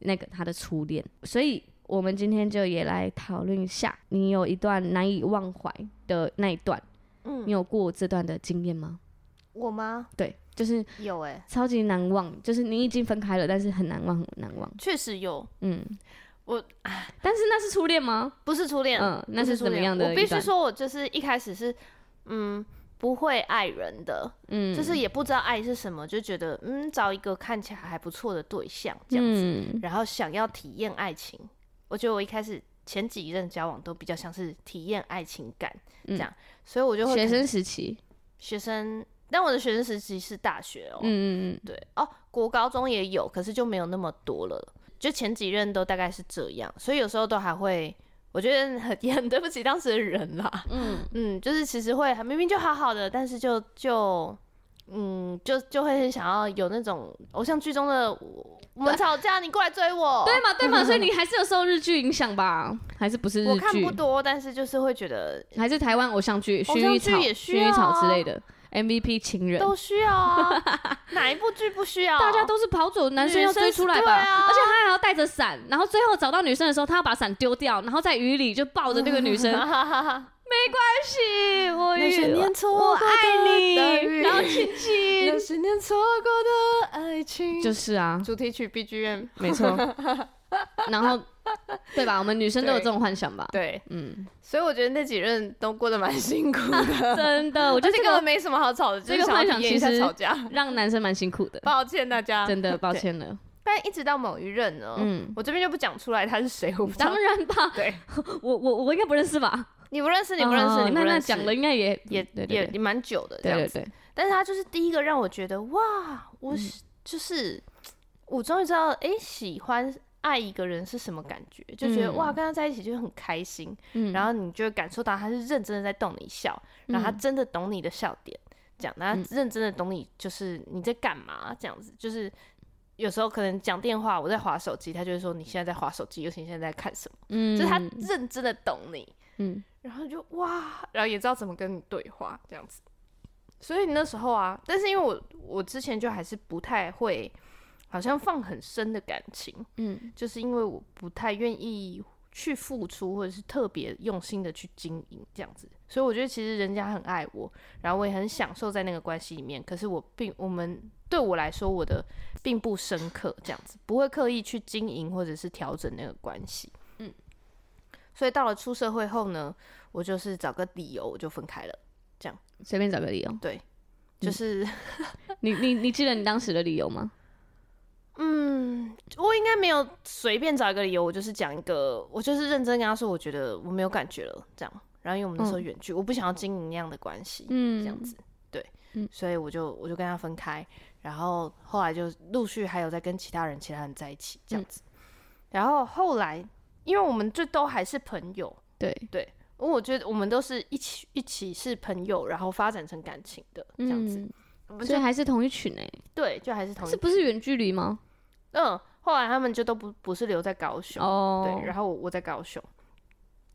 Speaker 2: 那个他的初恋。所以我们今天就也来讨论一下，你有一段难以忘怀的那一段，
Speaker 1: 嗯
Speaker 2: 你有过这段的经验吗？
Speaker 1: 我吗？
Speaker 2: 对，就是
Speaker 1: 有哎、
Speaker 2: 超级难忘，就是你已经分开了，但是很难忘，很难忘。
Speaker 1: 确实有，
Speaker 2: 嗯，
Speaker 1: 我
Speaker 2: 但是那是初恋吗？
Speaker 1: 不是初恋，
Speaker 2: 嗯，那
Speaker 1: 不
Speaker 2: 是
Speaker 1: 初
Speaker 2: 怎么
Speaker 1: 恋
Speaker 2: 样的
Speaker 1: 我
Speaker 2: 一
Speaker 1: 必须
Speaker 2: 段，
Speaker 1: 说，我就是一开始是，嗯，不会爱人的，
Speaker 2: 嗯
Speaker 1: 就是也不知道爱是什么，就觉得嗯，找一个看起来还不错的对象这样子，
Speaker 2: 嗯，
Speaker 1: 然后想要体验爱情。我觉得我一开始前几任交往都比较像是体验爱情感这样，所以我就会
Speaker 2: 嗯学
Speaker 1: 可能
Speaker 2: 生时期，
Speaker 1: 学生，但我的学生时期是大学哦、
Speaker 2: 嗯嗯
Speaker 1: 对哦，国高中也有，可是就没有那么多了。就前几任都大概是这样，所以有时候都还会，我觉得很 也很对不起当时的人啦。
Speaker 2: 嗯
Speaker 1: 嗯，就是其实会明明就好好的，但是就就嗯，就就会很想要有那种偶像剧中的我我们吵架，你过来追我。
Speaker 2: 对嘛对嘛，所以你还是有受日剧影响吧？还是不是日剧？
Speaker 1: 我看不多，但是就是会觉得
Speaker 2: 还是台湾偶像剧《
Speaker 1: 偶
Speaker 2: 薰
Speaker 1: 像
Speaker 2: 衣
Speaker 1: 剧
Speaker 2: 草》
Speaker 1: 也
Speaker 2: 《
Speaker 1: 需
Speaker 2: 薰衣草
Speaker 1: 要》
Speaker 2: 之
Speaker 1: 啊
Speaker 2: 类的。 MVP 情人，
Speaker 1: 都需要啊， 哪一部剧不需要？
Speaker 2: 大家都是跑走，男生要追出来
Speaker 1: 女
Speaker 2: 吧，
Speaker 1: 生是对啊
Speaker 2: 而且他还要带着伞，然后最后找到女生的时候，他要把伞丢掉，然后在雨里就抱着那个女 生，没关系，我
Speaker 1: 那些
Speaker 2: 与
Speaker 1: 年错
Speaker 2: 我
Speaker 1: 过的
Speaker 2: 爱
Speaker 1: 大
Speaker 2: 你，
Speaker 1: 雨
Speaker 2: 然后亲亲
Speaker 1: 那，些年错过的爱情，
Speaker 2: 就是啊，
Speaker 1: 主题曲 BGM，
Speaker 2: 没 错，然后对吧？我们女生都有这种幻想吧？
Speaker 1: 对，
Speaker 2: 嗯，
Speaker 1: 所以我觉得那几任都过得蛮辛苦的，
Speaker 2: 真的， 我觉
Speaker 1: 而
Speaker 2: 得
Speaker 1: 且
Speaker 2: 这
Speaker 1: 根本
Speaker 2: 个
Speaker 1: 没什么好吵的，就
Speaker 2: 这
Speaker 1: 是
Speaker 2: 个
Speaker 1: 想要
Speaker 2: 幻想
Speaker 1: 体验一
Speaker 2: 其
Speaker 1: 下
Speaker 2: 实
Speaker 1: 吵 架，
Speaker 2: 让男生蛮辛苦 的，
Speaker 1: 抱歉大家。
Speaker 2: 真的抱歉了，
Speaker 1: 但一直到某一任呢，
Speaker 2: 嗯。
Speaker 1: 我这边就不讲出来他是谁，我不知道
Speaker 2: 当。然吧，
Speaker 1: 对，
Speaker 2: 我我我应该不认识吧？
Speaker 1: 你不认识，你不认识，
Speaker 2: 哦
Speaker 1: 你不
Speaker 2: 那那
Speaker 1: 认识，
Speaker 2: 讲了应该也
Speaker 1: 也
Speaker 2: 对对
Speaker 1: 也
Speaker 2: 对
Speaker 1: 也蛮久的这
Speaker 2: 对
Speaker 1: 样
Speaker 2: 对嗯
Speaker 1: 子。
Speaker 2: 对，
Speaker 1: 但是他就是第一个让我觉得哇，我是就是我终于知道，哎、喜欢爱一个人是什么感觉，就觉得、
Speaker 2: 嗯
Speaker 1: 哇，跟他在一起就是很开心，
Speaker 2: 嗯
Speaker 1: 然后你就会感受到他是认真的在逗你笑，然后他真的懂你的笑点，这样，然后他认真的懂你就是你在干嘛这样子，就是。有时候可能讲电话，我在划手机，他就会说你现在在划手机，尤其你现在在看什么，
Speaker 2: 嗯
Speaker 1: 就是他认真的懂你，
Speaker 2: 嗯
Speaker 1: 然后就哇，然后也知道怎么跟你对话这样子。所以那时候啊，但是因为我我之前就还是不太会，好像放很深的感情，
Speaker 2: 嗯
Speaker 1: 就是因为我不太愿意去付出，或者是特别用心的去经营这样子。所以我觉得其实人家很爱我，然后我也很享受在那个关系里面。可是我并我们对我来说，我的并不深刻，这样子不会刻意去经营或者是调整那个关系。嗯，所以到了出社会后呢，我就是找个理由我就分开了，
Speaker 2: 随便找个理由。嗯
Speaker 1: 就是
Speaker 2: 你你你记得你当时的理由吗？
Speaker 1: 嗯，我应该没有随便找一个理由，我就是讲一个，我就是认真跟他说，我觉得我没有感觉了，这样。然后因为我们那时候远距，我不想要经营那样的关系，
Speaker 2: 嗯
Speaker 1: 这样子，对，
Speaker 2: 嗯
Speaker 1: 所以我就我就跟他分开，然后后来就陆续还有在跟其他人、其他人在一起
Speaker 2: 嗯
Speaker 1: 这样子。然后后来，因为我们就都还是朋友，
Speaker 2: 对，
Speaker 1: 因为我觉得我们都是一起一起是朋友，然后发展成感情的这样子，
Speaker 2: 嗯
Speaker 1: 我们
Speaker 2: 所
Speaker 1: 就
Speaker 2: 以还是同一群哎、
Speaker 1: 对，就还是同一
Speaker 2: 是不是远距离吗？
Speaker 1: 嗯。后来他们就都不不是留在高雄，
Speaker 2: 哦，
Speaker 1: 对，然后我我在高雄，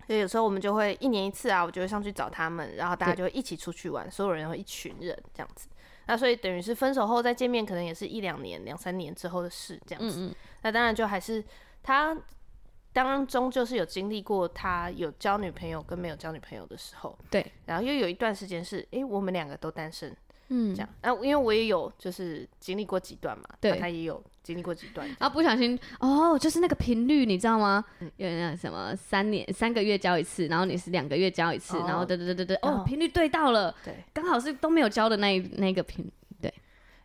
Speaker 1: 所以有时候我们就会一年一次啊，我就会上去找他们，然后大家
Speaker 2: 对
Speaker 1: 就会一起出去玩，所有人会一群人这样子。那所以等于是分手后再见面，可能也是一两年、两三年之后的事这样子。
Speaker 2: 嗯嗯，
Speaker 1: 那当然就还是他当中就是有经历过他有交女朋友跟没有交女朋友的时候，
Speaker 2: 对，
Speaker 1: 然后又有一段时间是诶，我们两个都单身
Speaker 2: 嗯
Speaker 1: 这样。那、因为我也有就是经历过几段嘛，那
Speaker 2: 对
Speaker 1: 他也有经历过几段这样，
Speaker 2: 啊，不小心哦，就是那个频率，你知道吗？有那个什么三年三个月交一次，然后你是两个月交一次，
Speaker 1: 哦
Speaker 2: 然后对对对对对，
Speaker 1: 然
Speaker 2: 哦
Speaker 1: 后，
Speaker 2: 频率对到了，
Speaker 1: 对。
Speaker 2: 刚好是都没有交的那一那个频，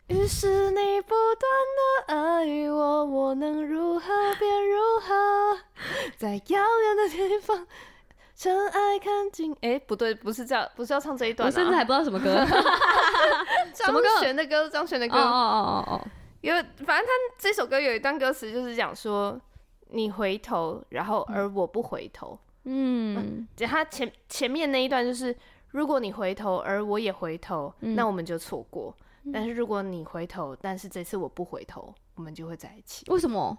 Speaker 1: 于是你不断的爱我，我能如何便如何， 在遥远的地方，尘埃看尽。哎、不对，不是这样，不是要唱这一段、啊。
Speaker 2: 我甚至还不知道什么歌， 什
Speaker 1: 张
Speaker 2: 么歌
Speaker 1: 悬的歌，张悬的
Speaker 2: 哦哦
Speaker 1: 歌，
Speaker 2: 哦哦哦，
Speaker 1: 有反正他这首歌有一段歌词就是讲说，你回头，然后而我不回头。
Speaker 2: 嗯，
Speaker 1: 他前前面那一段就是，如果你回头，而我也回头，
Speaker 2: 嗯
Speaker 1: 那我们就错过。但是如果你回头，但是这次我不回头，我们就会在一起。
Speaker 2: 为什么？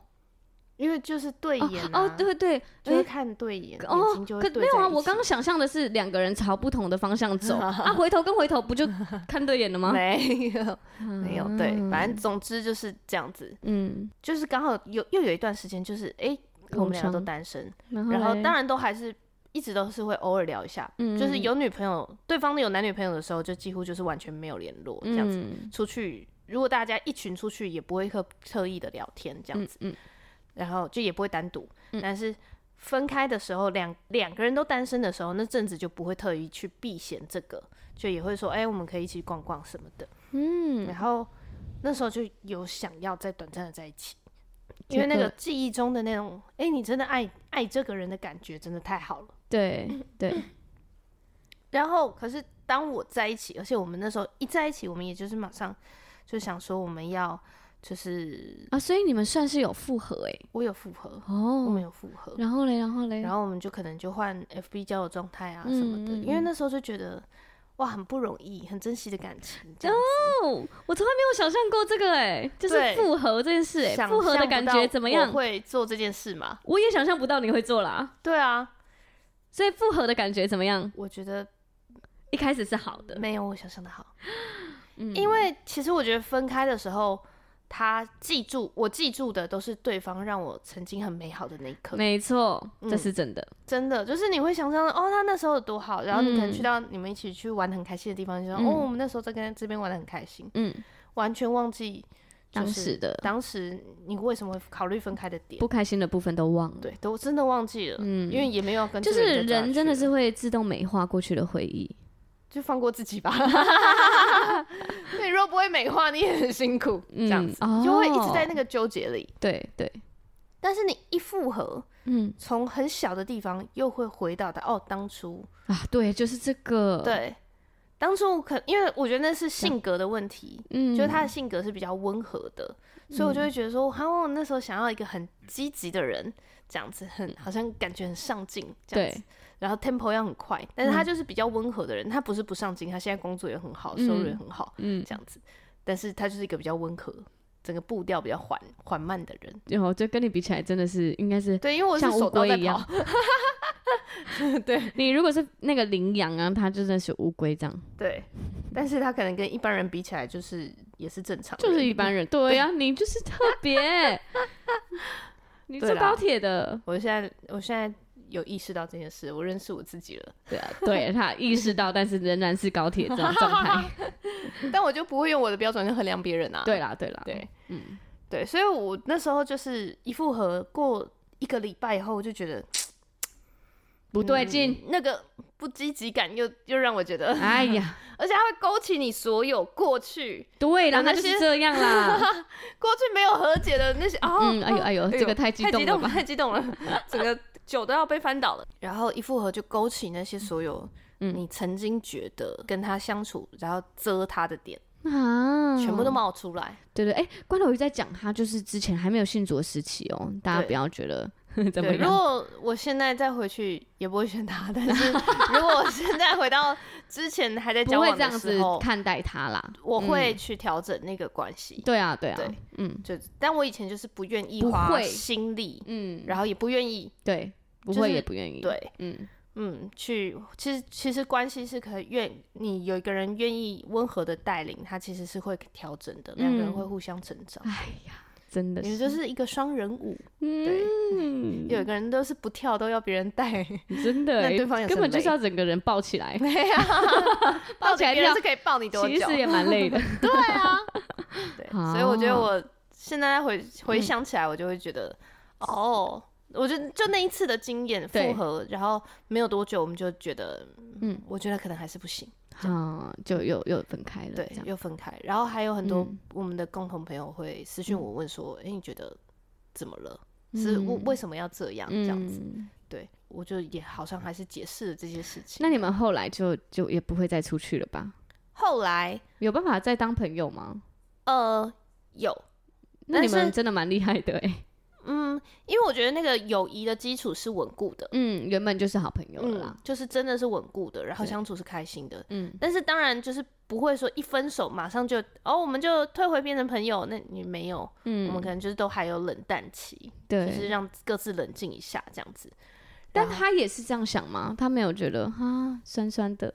Speaker 1: 因为就是对眼、啊
Speaker 2: 哦，对对，
Speaker 1: 就是
Speaker 2: 诶
Speaker 1: 看对眼，眼
Speaker 2: 哦
Speaker 1: 睛就，会
Speaker 2: 可
Speaker 1: 对在
Speaker 2: 没
Speaker 1: 一起。
Speaker 2: 有啊，我刚刚想象的是两个人朝不同的方向 走，啊，回头跟回头不就看对眼了吗？
Speaker 1: 没有没有，对，
Speaker 2: 嗯
Speaker 1: 反正总之就是这样子，
Speaker 2: 嗯，
Speaker 1: 就是刚好有又有一段时间，就是哎、诶我
Speaker 2: 空
Speaker 1: 们两个都
Speaker 2: 窗
Speaker 1: 单身，
Speaker 2: 然后
Speaker 1: 然后
Speaker 2: 嘞
Speaker 1: 当然都还是一直都是会偶尔聊一下，
Speaker 2: 嗯
Speaker 1: 就是有女朋友，对方有男女朋友的时候，就几乎就是完全没有联络这样子。
Speaker 2: 嗯
Speaker 1: 出去，如果大家一群出去，也不会刻特意的聊天这样子。
Speaker 2: 嗯，
Speaker 1: 然后就也不会单独，但是分开的时候，两两个人都单身的时候，那阵子就不会特意去避嫌这个，就也会说，哎、我们可以一起逛逛什么的。嗯，然后那时候就有想要再短暂的在一起，因为那
Speaker 2: 结
Speaker 1: 个
Speaker 2: 果
Speaker 1: 记忆中的那种，哎、你真的爱爱这个人的感觉真的太好了。
Speaker 2: 对对，
Speaker 1: 然后，可是当我在一起，而且我们那时候一在一起，我们也就是马上就想说我们要，就是
Speaker 2: 啊，所以你们算是有复合哎，
Speaker 1: 我有复合，我
Speaker 2: 哦
Speaker 1: 们，有复合，
Speaker 2: 然后嘞，然后嘞，
Speaker 1: 嗯然
Speaker 2: 后
Speaker 1: 后我们就可能就换 FB 交友状态啊什么的，
Speaker 2: 嗯嗯嗯
Speaker 1: 因为那时候就觉得哇很不容易，很珍惜的感
Speaker 2: 嗯
Speaker 1: 情，这样子
Speaker 2: 哦我从来没有想象过这个哎，就是
Speaker 1: 对
Speaker 2: 复合这件事哎，
Speaker 1: 想
Speaker 2: 复合的
Speaker 1: 象不
Speaker 2: 感
Speaker 1: 到
Speaker 2: 觉怎么样
Speaker 1: 我？会做这件事吗？
Speaker 2: 我也想象不到你会做啦，
Speaker 1: 对啊，
Speaker 2: 所以复合的感觉怎么样？
Speaker 1: 我觉得
Speaker 2: 一开始是好的，
Speaker 1: 没有我想象的好。
Speaker 2: 嗯
Speaker 1: 因为其实我觉得分开的时候，他记住我记住的都是对方让我曾经很美好的那一刻，
Speaker 2: 没错，
Speaker 1: 嗯
Speaker 2: 这是真的，
Speaker 1: 真的就是你会想象哦，他那时候有多好，然后你可能
Speaker 2: 嗯
Speaker 1: 去到你们一起去玩得很开心的地方，就说、
Speaker 2: 嗯
Speaker 1: 哦，我们那时候在跟这边玩的很开心，
Speaker 2: 嗯，
Speaker 1: 完全忘记、就
Speaker 2: 当
Speaker 1: 是
Speaker 2: 时的
Speaker 1: 当时你为什么会考虑分开的点
Speaker 2: 不，开心的部分都忘了，
Speaker 1: 对，都真的忘记了，
Speaker 2: 嗯
Speaker 1: 因为也没有跟
Speaker 2: 就
Speaker 1: 这个
Speaker 2: 是
Speaker 1: 再抓
Speaker 2: 人真的
Speaker 1: 去
Speaker 2: 是
Speaker 1: 了
Speaker 2: 会自动美化过去的回忆，
Speaker 1: 就放过自己吧， 对，如果不会美化，你也很辛苦，这样
Speaker 2: 嗯
Speaker 1: 子、就会一直
Speaker 2: 哦
Speaker 1: 在那个纠结里，
Speaker 2: 对对，
Speaker 1: 但是你一复合。
Speaker 2: 嗯
Speaker 1: 从很小的地方又会回到的哦，当初
Speaker 2: 啊，对，就是这个，，
Speaker 1: 对，当初我可因为我觉得那是性格的问题，
Speaker 2: 嗯，
Speaker 1: 就是他的性格是比较温和的，所以我就会觉得说，哈，我那时候想要一个很积极的人，这样子很好像感觉很上进这样子
Speaker 2: 对，嗯
Speaker 1: 然后 tempo 要很快，但是他就是比较温和的人，他不是不上进，他现在工作也很好，收入也
Speaker 2: 嗯
Speaker 1: 很好，
Speaker 2: 嗯，
Speaker 1: 这样子，但是他就是一个比较温和，整个步调比较缓缓慢的人，
Speaker 2: 然后就跟你比起来，真的是应该是
Speaker 1: 对，因为我是
Speaker 2: 像乌
Speaker 1: 手刀
Speaker 2: 龟
Speaker 1: 在
Speaker 2: 一样
Speaker 1: 跑，
Speaker 2: 你如果是那个羚羊啊，它真的是乌龟这样，
Speaker 1: 对，但是他可能跟一般人比起来，就是也是正常，
Speaker 2: 就是一。般人。对呀、你就是特别， 你
Speaker 1: 对
Speaker 2: 坐
Speaker 1: 啦
Speaker 2: 高铁的，
Speaker 1: 我现在，我现在有意识到这件事，我认识我自己了，
Speaker 2: 对啊，对他意识到，但是仍然是高铁这种 状态。
Speaker 1: 但我就不会用我的标准去衡量别人啊。
Speaker 2: 对啦，对啦，
Speaker 1: 对
Speaker 2: 嗯，
Speaker 1: 对，所以我那时候就是一复合过一个礼拜以后，我就觉得
Speaker 2: 不嗯对劲。
Speaker 1: 嗯那个不积极感又又让我觉得，
Speaker 2: 哎呀，
Speaker 1: 而且它会勾起你所有过去
Speaker 2: 对啦，
Speaker 1: 有那
Speaker 2: 那就
Speaker 1: 些
Speaker 2: 是这样啦。
Speaker 1: 过去没有和解的那些哦，
Speaker 2: 嗯，哎呦哎呦，
Speaker 1: 哎呦
Speaker 2: 这个太激
Speaker 1: 太
Speaker 2: 动
Speaker 1: 激
Speaker 2: 了
Speaker 1: 动了，
Speaker 2: 吧？
Speaker 1: 太激动了，整个酒都要被翻倒了。然后一复合就勾起那些所有
Speaker 2: 嗯
Speaker 1: 你曾经觉得跟他相处，然后遮他的点，
Speaker 2: 啊，
Speaker 1: 全部都冒出来。
Speaker 2: 对对。哎，关头鱼在讲他就是之前还没有信主的时期哦，大家
Speaker 1: 对
Speaker 2: 不要觉得 怎么
Speaker 1: 对，如
Speaker 2: 样。
Speaker 1: 果我现在再回去，也不会选他。但 是如果我现在回到之前还在
Speaker 2: 不
Speaker 1: 交
Speaker 2: 会
Speaker 1: 往
Speaker 2: 这样
Speaker 1: 的
Speaker 2: 子
Speaker 1: 时候，
Speaker 2: 看待他啦，嗯
Speaker 1: 我会去调整那个关系。
Speaker 2: 对啊，对啊
Speaker 1: 对，
Speaker 2: 嗯
Speaker 1: 就但我以前就是不愿意
Speaker 2: 不
Speaker 1: 花
Speaker 2: 会
Speaker 1: 心力，
Speaker 2: 嗯，
Speaker 1: 然后也不愿意
Speaker 2: 对，不
Speaker 1: 就
Speaker 2: 会
Speaker 1: 是
Speaker 2: 也不愿意，
Speaker 1: 对。
Speaker 2: 嗯，
Speaker 1: 嗯，去，其实其实关系是可以愿你有一个人愿意温和的带领，他其实是会调整的，两、个人
Speaker 2: 嗯
Speaker 1: 会互相成长。
Speaker 2: 哎呀，真的
Speaker 1: 你们
Speaker 2: 是，
Speaker 1: 就是一个双人舞，
Speaker 2: 嗯，
Speaker 1: 有一个人都是不跳都要别人带，
Speaker 2: 真 的
Speaker 1: 那
Speaker 2: 欸，
Speaker 1: 对方也是
Speaker 2: 根本就是
Speaker 1: 累
Speaker 2: 要整个人抱 起来，
Speaker 1: 对 啊，
Speaker 2: 抱
Speaker 1: 到
Speaker 2: 起
Speaker 1: 底
Speaker 2: 来
Speaker 1: 别人
Speaker 2: 跳
Speaker 1: 是可以抱你多
Speaker 2: 其
Speaker 1: 久
Speaker 2: 实？ 也蛮累的。
Speaker 1: 对啊，对，所以我觉得
Speaker 2: 啊
Speaker 1: 我现在回
Speaker 2: 嗯
Speaker 1: 回想起来，我就会觉得，哦，我觉得就那一次的经验
Speaker 2: 对
Speaker 1: 复合，然后没有多久，我们就觉得，嗯
Speaker 2: 嗯，
Speaker 1: 我觉得可能还是不行。
Speaker 2: 啊，就又又分开了，
Speaker 1: 对
Speaker 2: 这，样
Speaker 1: 又分开。然后还有很多
Speaker 2: 嗯
Speaker 1: 我们的共同朋友会私讯我问说：“哎、你觉得怎么了？是为
Speaker 2: 嗯
Speaker 1: 为什么要这样？”这样子，
Speaker 2: 嗯
Speaker 1: 对我就也好像还是解释了这些事情。
Speaker 2: 那你们后来就就也不会再出去了吧？
Speaker 1: 后来
Speaker 2: 有办法再当朋友吗？
Speaker 1: 呃有
Speaker 2: 那
Speaker 1: 但
Speaker 2: 你们
Speaker 1: 是
Speaker 2: 真的蛮厉害的哎、
Speaker 1: 嗯，因为我觉得那个友谊的基础是稳固的，
Speaker 2: 嗯，原本就是好朋友了
Speaker 1: 嗯
Speaker 2: 啦，，
Speaker 1: 就是真的是稳固的，然后
Speaker 2: 对
Speaker 1: 相处是开心的。
Speaker 2: 嗯，
Speaker 1: 但是当然就是不会说一分手马上就哦我们就退回变成朋友，那你没有，
Speaker 2: 嗯
Speaker 1: 我们可能就是都还有冷淡期。
Speaker 2: 对，
Speaker 1: 就是让各自冷静一下这样子。
Speaker 2: 但
Speaker 1: 然后
Speaker 2: 他也是这样想吗？他没有觉得啊酸酸的，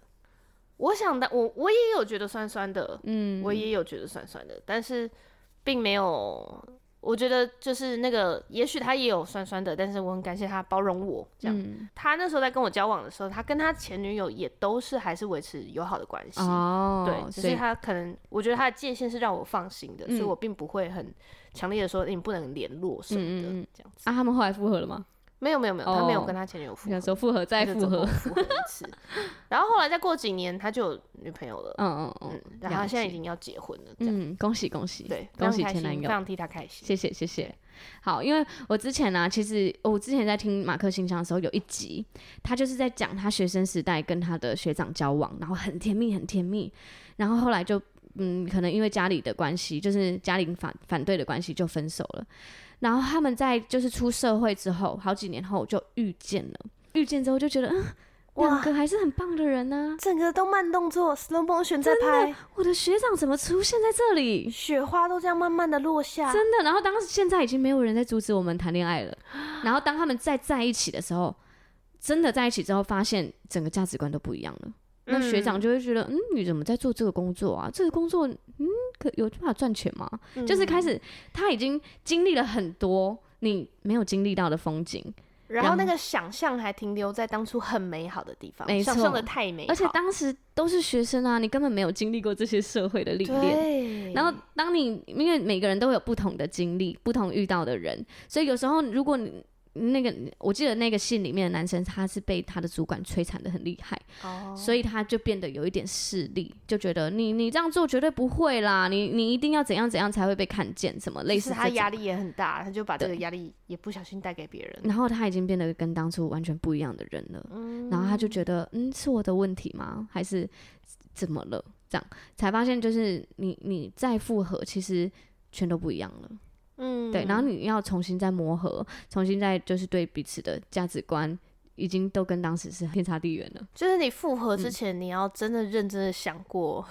Speaker 1: 我想到我我也有觉得酸酸的，
Speaker 2: 嗯，
Speaker 1: 我也有觉得酸酸的，但是并没有。我觉得就是那个，也许他也有酸酸的，但是我很感谢他包容我。这样，
Speaker 2: 嗯
Speaker 1: 他那时候在跟我交往的时候，他跟他前女友也都是还是维持友好的关系。
Speaker 2: 哦，
Speaker 1: 对，只
Speaker 2: 所
Speaker 1: 是
Speaker 2: 以
Speaker 1: 他可能，我觉得他的界限是让我放心的，所以
Speaker 2: 嗯
Speaker 1: 我并不会很强烈的说、你不能联络什么的、
Speaker 2: 嗯嗯嗯
Speaker 1: 这样子。
Speaker 2: 啊，他们后来复合了吗？
Speaker 1: 没有没有没有，他没有
Speaker 2: 哦
Speaker 1: 跟他前女友复
Speaker 2: 那
Speaker 1: 合
Speaker 2: 个时，候复合再
Speaker 1: 就
Speaker 2: 复
Speaker 1: 总共
Speaker 2: 合，
Speaker 1: 复合一 次。然后后来再过几年，他就有女朋友了，
Speaker 2: 嗯嗯
Speaker 1: 嗯
Speaker 2: 嗯，，
Speaker 1: 然后他
Speaker 2: 了
Speaker 1: 现在已
Speaker 2: 解
Speaker 1: 经要结婚了，这样、
Speaker 2: 嗯，恭喜恭喜，
Speaker 1: 对，
Speaker 2: 恭喜
Speaker 1: 非常开
Speaker 2: 前
Speaker 1: 心
Speaker 2: 男
Speaker 1: 非
Speaker 2: 友，
Speaker 1: 常替他开心。
Speaker 2: 谢谢谢谢。好，因为我之前呢、其实哦我之前在听马克信箱的时候，有一集他就是在讲他学生时代跟他的学长交往，然后很甜蜜很甜蜜，然后后来就嗯，可能因为家里的关系，就是家里反反对的关系就分手了。然后他们在就是出社会之后，好几年后就遇见了，遇见之后就觉得，嗯，两
Speaker 1: 哇，
Speaker 2: 个还是很棒的人呢、
Speaker 1: 整个都慢动作，slow motion 在拍，
Speaker 2: 我的学长怎么出现在这里？
Speaker 1: 雪花都这样慢慢的落下，
Speaker 2: 真的。然后当时现在已经没有人在阻止我们谈恋爱了。 然后当他们再在一起的时候，真的在一起之后，发现整个价值观都不一样了。那学长
Speaker 1: 嗯
Speaker 2: 就会觉得，嗯，你怎么在做这个工作啊？这个工作，嗯，可有办法赚钱吗？
Speaker 1: 嗯
Speaker 2: 就是开始他已经经历了很多你没有经历到的风景，
Speaker 1: 然后
Speaker 2: 然
Speaker 1: 那
Speaker 2: 后
Speaker 1: 个想象还停留在当初很美好的地方，
Speaker 2: 没
Speaker 1: 想
Speaker 2: 错
Speaker 1: 象的太哎美好，
Speaker 2: 而且当时都是学生啊，你根本没有经历过这些社会的历练。
Speaker 1: 对，
Speaker 2: 然后，当你因为每个人都有不同的经历、不同遇到的人，所以有时候如果你那个，我记得那个信里面的男生，他是被他的主管摧残的很厉害，
Speaker 1: 哦
Speaker 2: 所以他就变得有一点势利，就觉得你你这样做绝对不会啦，你你一定要怎样怎样才会被看见，什么类
Speaker 1: 其
Speaker 2: 似
Speaker 1: 实他
Speaker 2: 这种
Speaker 1: 压力也很大，他就把这个
Speaker 2: 对
Speaker 1: 压力也不小心带给别人。
Speaker 2: 然后他已经变得跟当初完全不一样的人了，然后他就觉得，嗯，是我的问题吗？还是怎么了？这样才发现，就是你你再复合，其实全都不一样了。
Speaker 1: 嗯
Speaker 2: 对，然后你要重新再磨合，重新再就是对彼此的价值观，已经都跟当时是天差地远了。
Speaker 1: 就是你复合之前，你要真的认真的想过，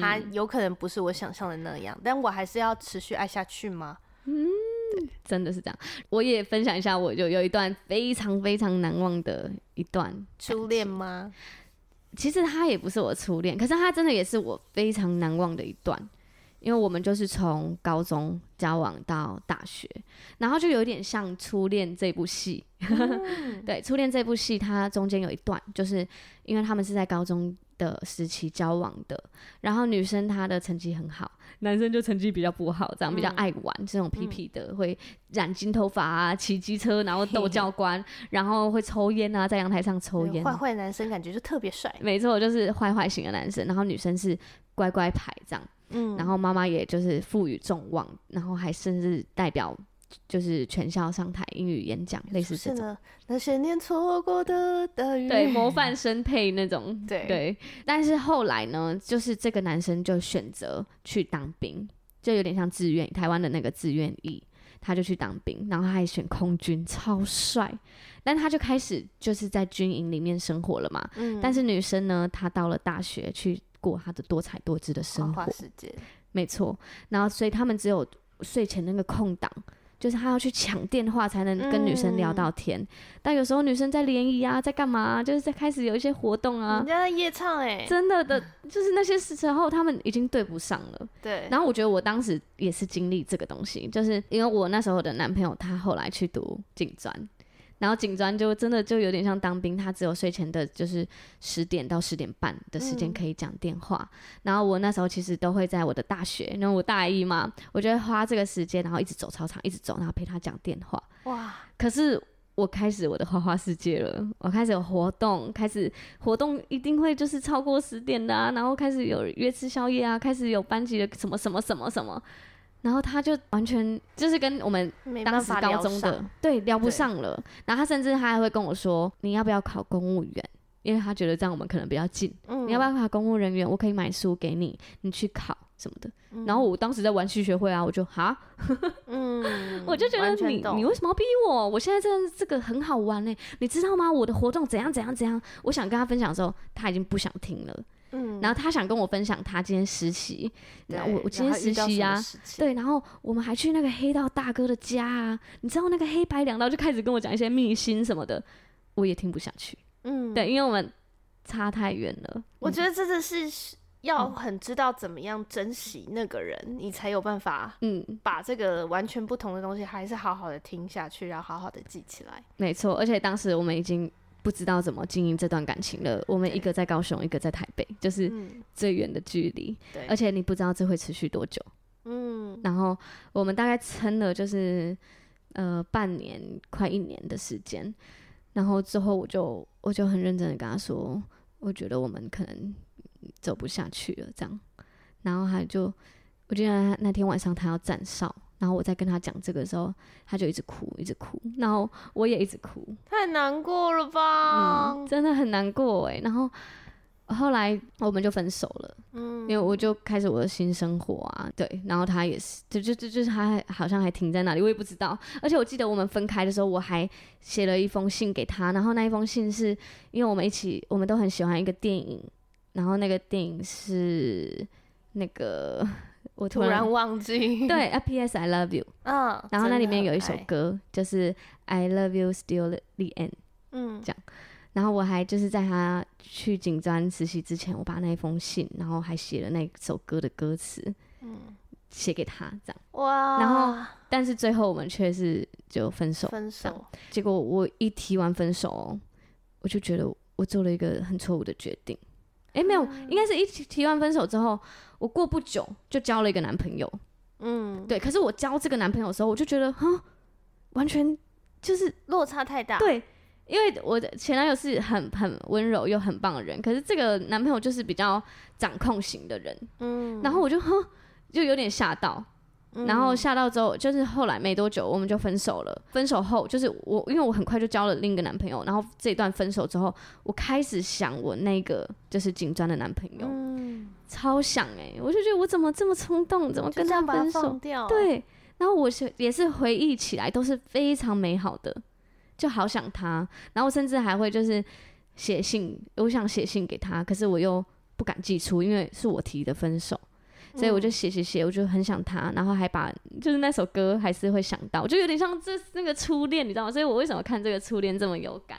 Speaker 1: 他有可能不是我想象的那样，但我还是要持续爱下去吗？
Speaker 2: 真的是这样。我也分享一下，我就有一段非常非常难忘的一段
Speaker 1: 初恋吗？
Speaker 2: 其实他也不是我初恋，可是他真的也是我非常难忘的一段，因为我们就是从高中交往到大学，然后就有点像《初恋》这部戏。 对，《初恋》这部戏，它中间有一段，就是因为他们是在高中的时期交往的，然后女生她的成绩很好，男生就成绩比较不好，这样比较爱玩，这种屁屁的，会染金头发啊，骑机车，然后
Speaker 1: 嘿嘿
Speaker 2: 逗教官，然后会抽烟啊，在阳台上抽
Speaker 1: 那个
Speaker 2: 烟啊、
Speaker 1: 坏坏男生感觉就特别帅，
Speaker 2: 没错，就是坏坏型的男生，然后女生是乖乖牌这样，
Speaker 1: 嗯，
Speaker 2: 然后妈妈也就是赋予众望，然后还甚至代表就是全校上台英语演讲，类似这
Speaker 1: 是
Speaker 2: 种，
Speaker 1: 呢，那些年错过的大雨，
Speaker 2: 对，模范生配那种，
Speaker 1: 对
Speaker 2: 对。但是后来呢，就是这个男生就选择去当兵，就有点像志愿，台湾的那个志愿役。他就去当兵，然后他还选空军，超帅。但他就开始就是在军营里面生活了嘛，
Speaker 1: 嗯，
Speaker 2: 但是女生呢，她到了大学去过她的多彩多姿的
Speaker 1: 花
Speaker 2: 生
Speaker 1: 花
Speaker 2: 活，
Speaker 1: 世界，
Speaker 2: 没错。然后，所以他们只有睡前那个空档，就是她要去抢电话才能跟女生聊到
Speaker 1: 嗯
Speaker 2: 天。但有时候女生在联谊啊，在干嘛啊、就是在开始有一些活动啊
Speaker 1: 人，家在夜唱哎，
Speaker 2: 真的的，就是那些时候他们已经对不上了。
Speaker 1: 对，
Speaker 2: 然后我觉得我当时也是经历这个东西，就是因为我那时候的男朋友他后来去读警专，然后警专就真的就有点像当兵，他只有睡前的就是十点到十点半的时间
Speaker 1: 嗯
Speaker 2: 可以讲电话。然后我那时候其实都会在我的大学，因为我大一嘛，我就会花这个时间，然后一直走操场，一直走，然后陪他讲电话。
Speaker 1: 哇，
Speaker 2: 可是我开始我的花花世界了，我开始有活动，开始活动一定会就是超过十点的啊，然后开始有约吃宵夜啊，开始有班级的什么什么什么什么，然后他就完全就是跟我们
Speaker 1: 没
Speaker 2: 当
Speaker 1: 办
Speaker 2: 时
Speaker 1: 法
Speaker 2: 高
Speaker 1: 聊
Speaker 2: 中
Speaker 1: 上
Speaker 2: 的，对聊不
Speaker 1: 对
Speaker 2: 上了，然后他甚至他还会跟我说，你要不要考公务员？因为他觉得这样我们可能比较近，
Speaker 1: 嗯
Speaker 2: 你要不要考公务人员？我可以买书给你，你去考什么的。然后我当时在玩系学会啊，我就哈，
Speaker 1: 嗯，
Speaker 2: 我就觉
Speaker 1: 完
Speaker 2: 得
Speaker 1: 全
Speaker 2: 你
Speaker 1: 懂
Speaker 2: 你为什么要逼我？我现在真的这个很好玩呢、你知道吗？我的活动怎样怎样怎样，我想跟他分享的时候，他已经不想听了。
Speaker 1: 嗯
Speaker 2: 然后他想跟我分享他今天实习，那我我今天实习呀、啊，，
Speaker 1: 对
Speaker 2: 对，然后我们还去那个黑道大哥的家啊，你知道那个黑白两道就开始跟我讲一些秘辛什么的，我也听不下去。
Speaker 1: 然后遇到什么事情，嗯，
Speaker 2: 对，因为我们差太远了。
Speaker 1: 我
Speaker 2: 嗯
Speaker 1: 觉得真的是要很知道怎么样珍惜那个人，你才有办法
Speaker 2: 嗯，
Speaker 1: 把这个完全不同的东西，还是好好的听下去，然后好好的记起来。
Speaker 2: 没错，而且当时我们已经不知道怎么经营这段感情了。我们
Speaker 1: 对
Speaker 2: 一个在高雄，一个在台北，就是
Speaker 1: 嗯，
Speaker 2: 最远的距离。
Speaker 1: 对，
Speaker 2: 而且你不知道这会持续多久。
Speaker 1: 嗯，
Speaker 2: 然后我们大概撑了就是呃半年快一年的时间，然后之后我就我就很认真的跟他说，我觉得我们可能走不下去了这样。然后他就，我记得他那天晚上他要站哨，然后我在跟他讲这个的时候，他就一直哭一直哭，然后我也一直哭，
Speaker 1: 太难过了吧？
Speaker 2: 嗯，真的很难过哎。然后呃后来我们就分手了。
Speaker 1: 嗯，
Speaker 2: 因为我就开始我的新生活啊，对，然后他也是，就就就就是他还好像还停在那里，我也不知道。而且我记得我们分开的时候，我还写了一封信给他，然后那一封信是因为我们一起，我们都很喜欢一个电影，然后那个电影是那个我
Speaker 1: 突
Speaker 2: 突然
Speaker 1: 然忘记，，
Speaker 2: 对啊，P.S. I love you，
Speaker 1: 嗯，
Speaker 2: 然后
Speaker 1: 真
Speaker 2: 那
Speaker 1: 的
Speaker 2: 里面
Speaker 1: 很
Speaker 2: 有一首
Speaker 1: 爱，
Speaker 2: 歌就是 I love you still the end，
Speaker 1: 嗯，
Speaker 2: 然后我还就是在他去警专实习之前，我把那一封信，然后还写了那首歌的歌词，嗯，写给他这样。
Speaker 1: 哇，
Speaker 2: 然后但是最后我们却是就分手。
Speaker 1: 分手，
Speaker 2: 结果我一提完分手哦，我就觉得我做了一个很错误的决定。诶，没有，应该是一提提完分手之后，我过不久就交了一个男朋友。
Speaker 1: 嗯，
Speaker 2: 对，可是我交这个男朋友的时候，我就觉得，哼，完全就是
Speaker 1: 落差太大，，
Speaker 2: 对，因为我的前男友是很很温柔又很棒的人，可是这个男朋友就是比较掌控型的人，
Speaker 1: 嗯，
Speaker 2: 然后我就哼，就有点吓到，然后吓到之后，就是后来没多久我们就分手了。分手后，就是我因为我很快就交了另一个男朋友，然后这一段分手之后，我开始想我那个就是紧张的男朋友，
Speaker 1: 嗯，
Speaker 2: 超想哎、我就觉得我怎么这么冲动，怎么
Speaker 1: 就
Speaker 2: 跟
Speaker 1: 这
Speaker 2: 他
Speaker 1: 样把它
Speaker 2: 分手
Speaker 1: 放？掉，，
Speaker 2: 对，然后我是也是回忆起来都是非常美好的，就好想他，然后甚至还会就是写信，我想写信给他，可是我又不敢寄出，因为是我提的分手，所以我就写写写，我就很想他，然后还把就是那首歌还是会想到，就有点像这那个初恋，你知道吗？所以我为什么看这个初恋这么有感，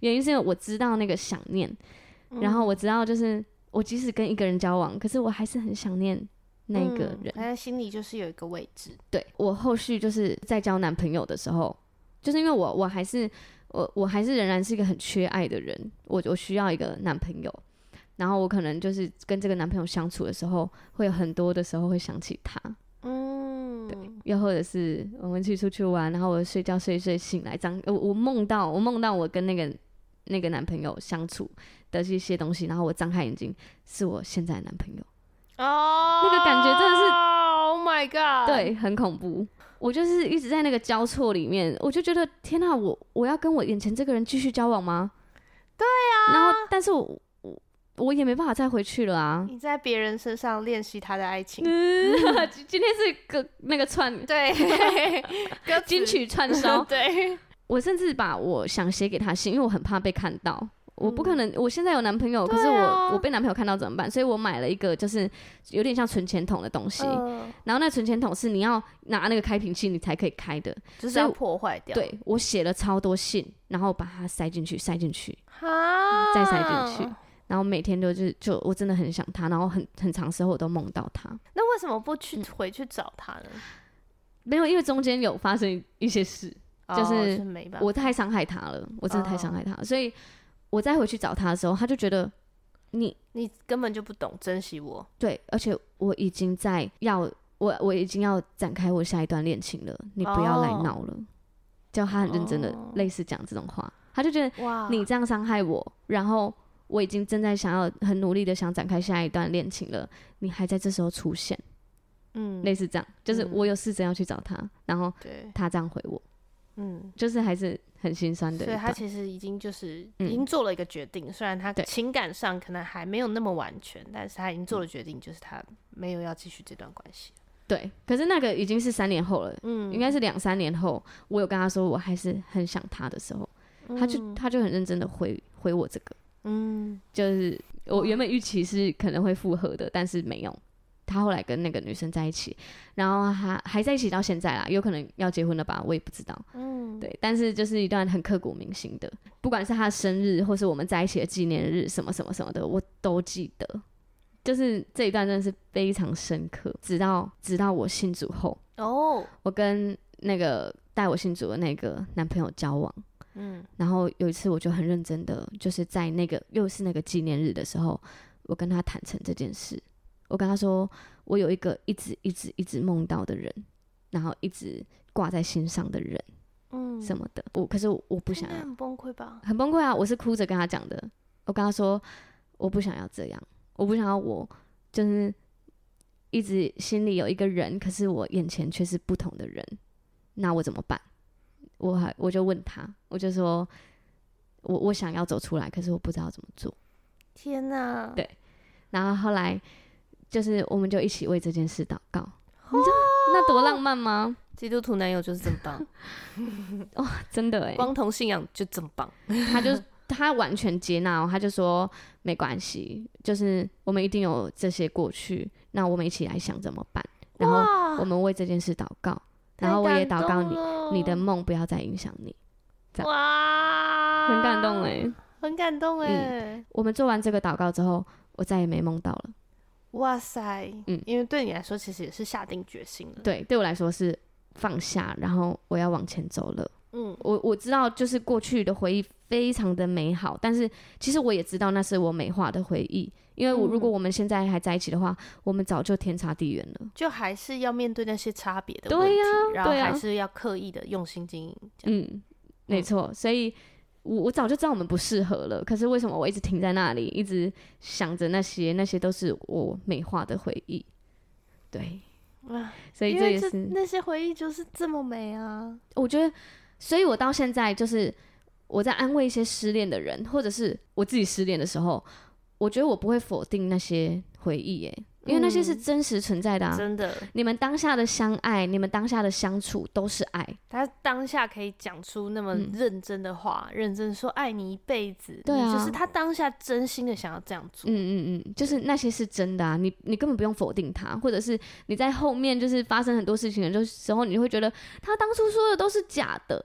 Speaker 2: 原因是因为我知道那个想念，
Speaker 1: 嗯
Speaker 2: 然后我知道就是我即使跟一个人交往，可是我还是很想念那个人。
Speaker 1: 他在嗯哎心里就是有一个位置，
Speaker 2: 对我后续就是在交男朋友的时候，就是因为我我还是我我还是仍然是一个很缺爱的人，我我需要一个男朋友，然后我可能就是跟这个男朋友相处的时候，会有很多的时候会想起他，
Speaker 1: 嗯，
Speaker 2: 又或者是我们去出去玩，然后我睡觉睡一睡醒来，张我我梦到我梦到我跟那个那个男朋友相处的一些东西，然后我张开眼睛是我现在的男朋友。
Speaker 1: 哦，
Speaker 2: 那个感觉真的是
Speaker 1: ，Oh my god，，
Speaker 2: 对，很恐怖。我就是一直在那个交错里面，我就觉得天呐，我我要跟我眼前这个人继续交往吗？对啊。然后，但是我我我也没办法再回去了 啊。
Speaker 1: 你在别人身上练习他的爱情，
Speaker 2: 嗯，今今天是个那个串
Speaker 1: 对，歌词
Speaker 2: 金曲串 烧，
Speaker 1: 对，
Speaker 2: 我甚至把我想写给他信，因为我很怕被看到。我不可
Speaker 1: 嗯
Speaker 2: 能，我现在有男朋友，可是
Speaker 1: 对
Speaker 2: 我、
Speaker 1: 啊
Speaker 2: 我被男朋友看到怎么办？所以我买了一个就是有点像存钱筒的东西，
Speaker 1: 嗯
Speaker 2: 然后那存钱筒是你要拿那个开瓶器你才可以开的，
Speaker 1: 就是
Speaker 2: 所以
Speaker 1: 要
Speaker 2: 我
Speaker 1: 破坏掉，，
Speaker 2: 对我写了超多信，然后把它塞进去，塞进去，
Speaker 1: 哈，
Speaker 2: 再塞进
Speaker 1: 啊
Speaker 2: 去。然后每天都就是就我真的很想他，然后很很长时候我都梦到他。
Speaker 1: 那为什么不
Speaker 2: 嗯
Speaker 1: 去回去找他呢？
Speaker 2: 没有，因为中间有发生一些事，
Speaker 1: 哦
Speaker 2: 就是
Speaker 1: 是没办法，
Speaker 2: 我太伤害他了，我真的太伤
Speaker 1: 哦
Speaker 2: 害他了，所以我再回去找他的时候，他就觉得你
Speaker 1: 你根本就不懂珍惜我，
Speaker 2: 对，而且我已经在要我我已经要展开我下一段恋情了，你不要来
Speaker 1: 哦
Speaker 2: 闹了，叫他很认真的
Speaker 1: 哦
Speaker 2: 类似讲这种话，他就觉得
Speaker 1: 哇，
Speaker 2: 你这样伤害我，然后我已经正在想要很努力的想展开下一段恋情了，你还在这时候出现，
Speaker 1: 嗯，
Speaker 2: 类似这样，就是
Speaker 1: 嗯
Speaker 2: 我有试着要去找他，然后
Speaker 1: 对，
Speaker 2: 他这样回我，
Speaker 1: 嗯，
Speaker 2: 就是还是很心酸的一
Speaker 1: 所以他
Speaker 2: 段。
Speaker 1: 其实已经就是
Speaker 2: 嗯
Speaker 1: 已经做了一个决定，虽然他
Speaker 2: 对嗯
Speaker 1: 情感上可能还没有那么完全，但是他已经做了决定，就是他没有要继续这段关系。
Speaker 2: 对，可是那个已经是三年后了，
Speaker 1: 嗯，
Speaker 2: 应该是两三年后，我有跟他说我还是很想他的时候，他就他就很认真的回回我这个，
Speaker 1: 嗯，
Speaker 2: 就是我原本预期是可能会复合的，但是没有。他后来跟那个女生在一起，然后还还在一起到现在啦，有可能要结婚了吧，我也不知道。嗯，对，但是就是一段很刻骨铭心的，不管是他生日或是我们在一起的纪念日，什么什么什么的，我都记得。就是这一段真的是非常深刻，直到直到我信主后，
Speaker 1: 哦，
Speaker 2: 我跟那个带我信主的那个男朋友交往，
Speaker 1: 嗯，
Speaker 2: 然后有一次我就很认真的，就是在那个又是那个纪念日的时候，我跟他坦诚这件事。我跟他说，我有一个一直一直一直梦到的人，然后一直挂在心上的人，
Speaker 1: 嗯，
Speaker 2: 什么的。我可是我我不
Speaker 1: 应
Speaker 2: 想
Speaker 1: 该
Speaker 2: 要，
Speaker 1: 很崩溃吧？
Speaker 2: 很崩溃啊！我是哭着跟他讲的。我跟他说，我不想要这样，我不想要我就是一直心里有一个人，可是我眼前却是不同的人，那我怎么办？我还我就问他，我就说，我我想要走出来，可是我不知道怎么做。
Speaker 1: 天哪，
Speaker 2: 对然后后来就是我们就一起为这件事祷告，
Speaker 1: 你知道
Speaker 2: 那多浪漫吗？
Speaker 1: 基督徒男友就是这么棒，
Speaker 2: 真的哎、
Speaker 1: 光同信仰就这么棒。
Speaker 2: 他 就他完全接纳、哦，他就说没关系，就是我们一定有这些过去，那我们一起来想怎么办，然后我
Speaker 1: 哇，
Speaker 2: 们为这件事祷告，
Speaker 1: 太
Speaker 2: 然后我也祷告
Speaker 1: 感动了
Speaker 2: 你的梦不要再影响你，这样
Speaker 1: 哇，
Speaker 2: 很感动哎、
Speaker 1: 很感动哎、
Speaker 2: 我们做完这个祷告之后，我再也没梦到了。
Speaker 1: 哇塞，
Speaker 2: 嗯
Speaker 1: 因为对你来说其实也是下定决心了，
Speaker 2: 对，对我来说是放下，然后我要往前走了。
Speaker 1: 嗯，
Speaker 2: 我我知道，就是过去的回忆非常的美好，但是其实我也知道那是我美化的回忆，因为我、
Speaker 1: 嗯
Speaker 2: 如果我们现在还在一起的话，我们早就天差地远了。
Speaker 1: 就还是要面对那些差别的
Speaker 2: 对
Speaker 1: 问题，
Speaker 2: 呀
Speaker 1: 然后
Speaker 2: 对呀
Speaker 1: 还是要刻意的用心经营，这样
Speaker 2: 嗯，没错，所以我我早就知道我们不适合了，可是为什么我一直停在那里，一直想着那些，那些都是我美化的回忆。对，
Speaker 1: 啊
Speaker 2: 所以
Speaker 1: 因
Speaker 2: 这
Speaker 1: 为
Speaker 2: 也
Speaker 1: 这
Speaker 2: 是
Speaker 1: 那些回忆就是这么美啊，
Speaker 2: 我觉得，所以我到现在就是我在安慰一些失恋的人，或者是我自己失恋的时候，我觉得我不会否定那些回忆，哎，因为那些是
Speaker 1: 嗯
Speaker 2: 真实存在的啊。
Speaker 1: 真的，
Speaker 2: 你们当下的相爱，你们当下的相处都是爱，
Speaker 1: 他当下可以讲出那么
Speaker 2: 嗯
Speaker 1: 认真的话，认真说爱你一辈子，
Speaker 2: 对啊
Speaker 1: 就是他当下真心的想要这样做，
Speaker 2: 嗯嗯嗯，就是那些是真的啊，你你根本不用否定他，或者是你在后面就是发生很多事情的时候，你会觉得他当初说的都是假的，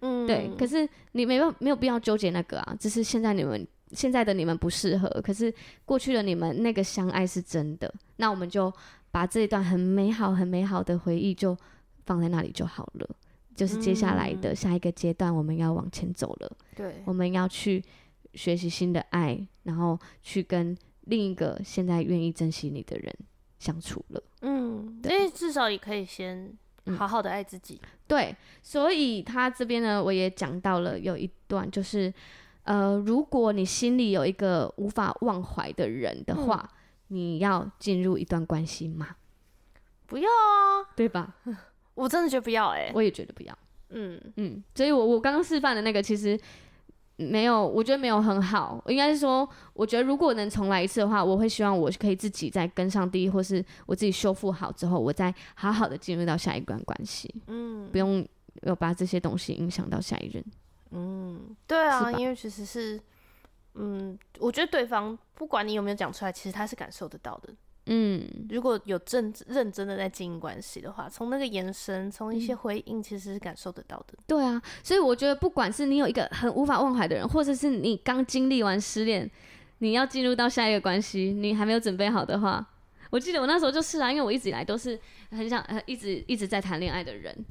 Speaker 1: 嗯，
Speaker 2: 对，可是你没有没有必要纠结那个啊，只是现在你们现在的你们不适合，可是过去的你们那个相爱是真的，那我们就把这一段很美好、很美好的回忆就放在那里就好了。就是接下来的
Speaker 1: 嗯
Speaker 2: 下一个阶段，我们要往前走了，
Speaker 1: 对，
Speaker 2: 我们要去学习新的爱，然后去跟另一个现在愿意珍惜你的人相处了。
Speaker 1: 嗯，因
Speaker 2: 对
Speaker 1: 为至少也可以先
Speaker 2: 嗯
Speaker 1: 好好的爱自己，
Speaker 2: 对，所以他这边呢，我也讲到了有一段，就是呃，如果你心里有一个无法忘怀的人的话，你要进入一段关系吗？
Speaker 1: 不要啊，
Speaker 2: 对吧？
Speaker 1: 我真的觉得不要哎、
Speaker 2: 我也觉得不要。
Speaker 1: 嗯，
Speaker 2: 嗯，所以我我刚刚示范的那个其实没有，我觉得没有很好。应该是说，我觉得如果能重来一次的话，我会希望我可以自己再跟上第一，或是我自己修复好之后，我再好好的进入到下一段关系，
Speaker 1: 嗯
Speaker 2: 不用有把这些东西影响到下一任。
Speaker 1: 嗯，对啊，
Speaker 2: 是吧
Speaker 1: 因为其实是，嗯，我觉得对方不管你有没有讲出来，其实他是感受得到的。
Speaker 2: 嗯。
Speaker 1: 如果有正认真的在经营关系的话，从那个眼神，从一些
Speaker 2: 嗯
Speaker 1: 回 应，其实是感受得到的。
Speaker 2: 对啊，所以我觉得，不管是你有一个很无法忘怀的人，或者是你刚经历完失恋，你要进入到下一个关系，你还没有准备好的话，我记得我那时候就是啊，因为我一直以来都是很想呃一直一直在谈恋爱的人，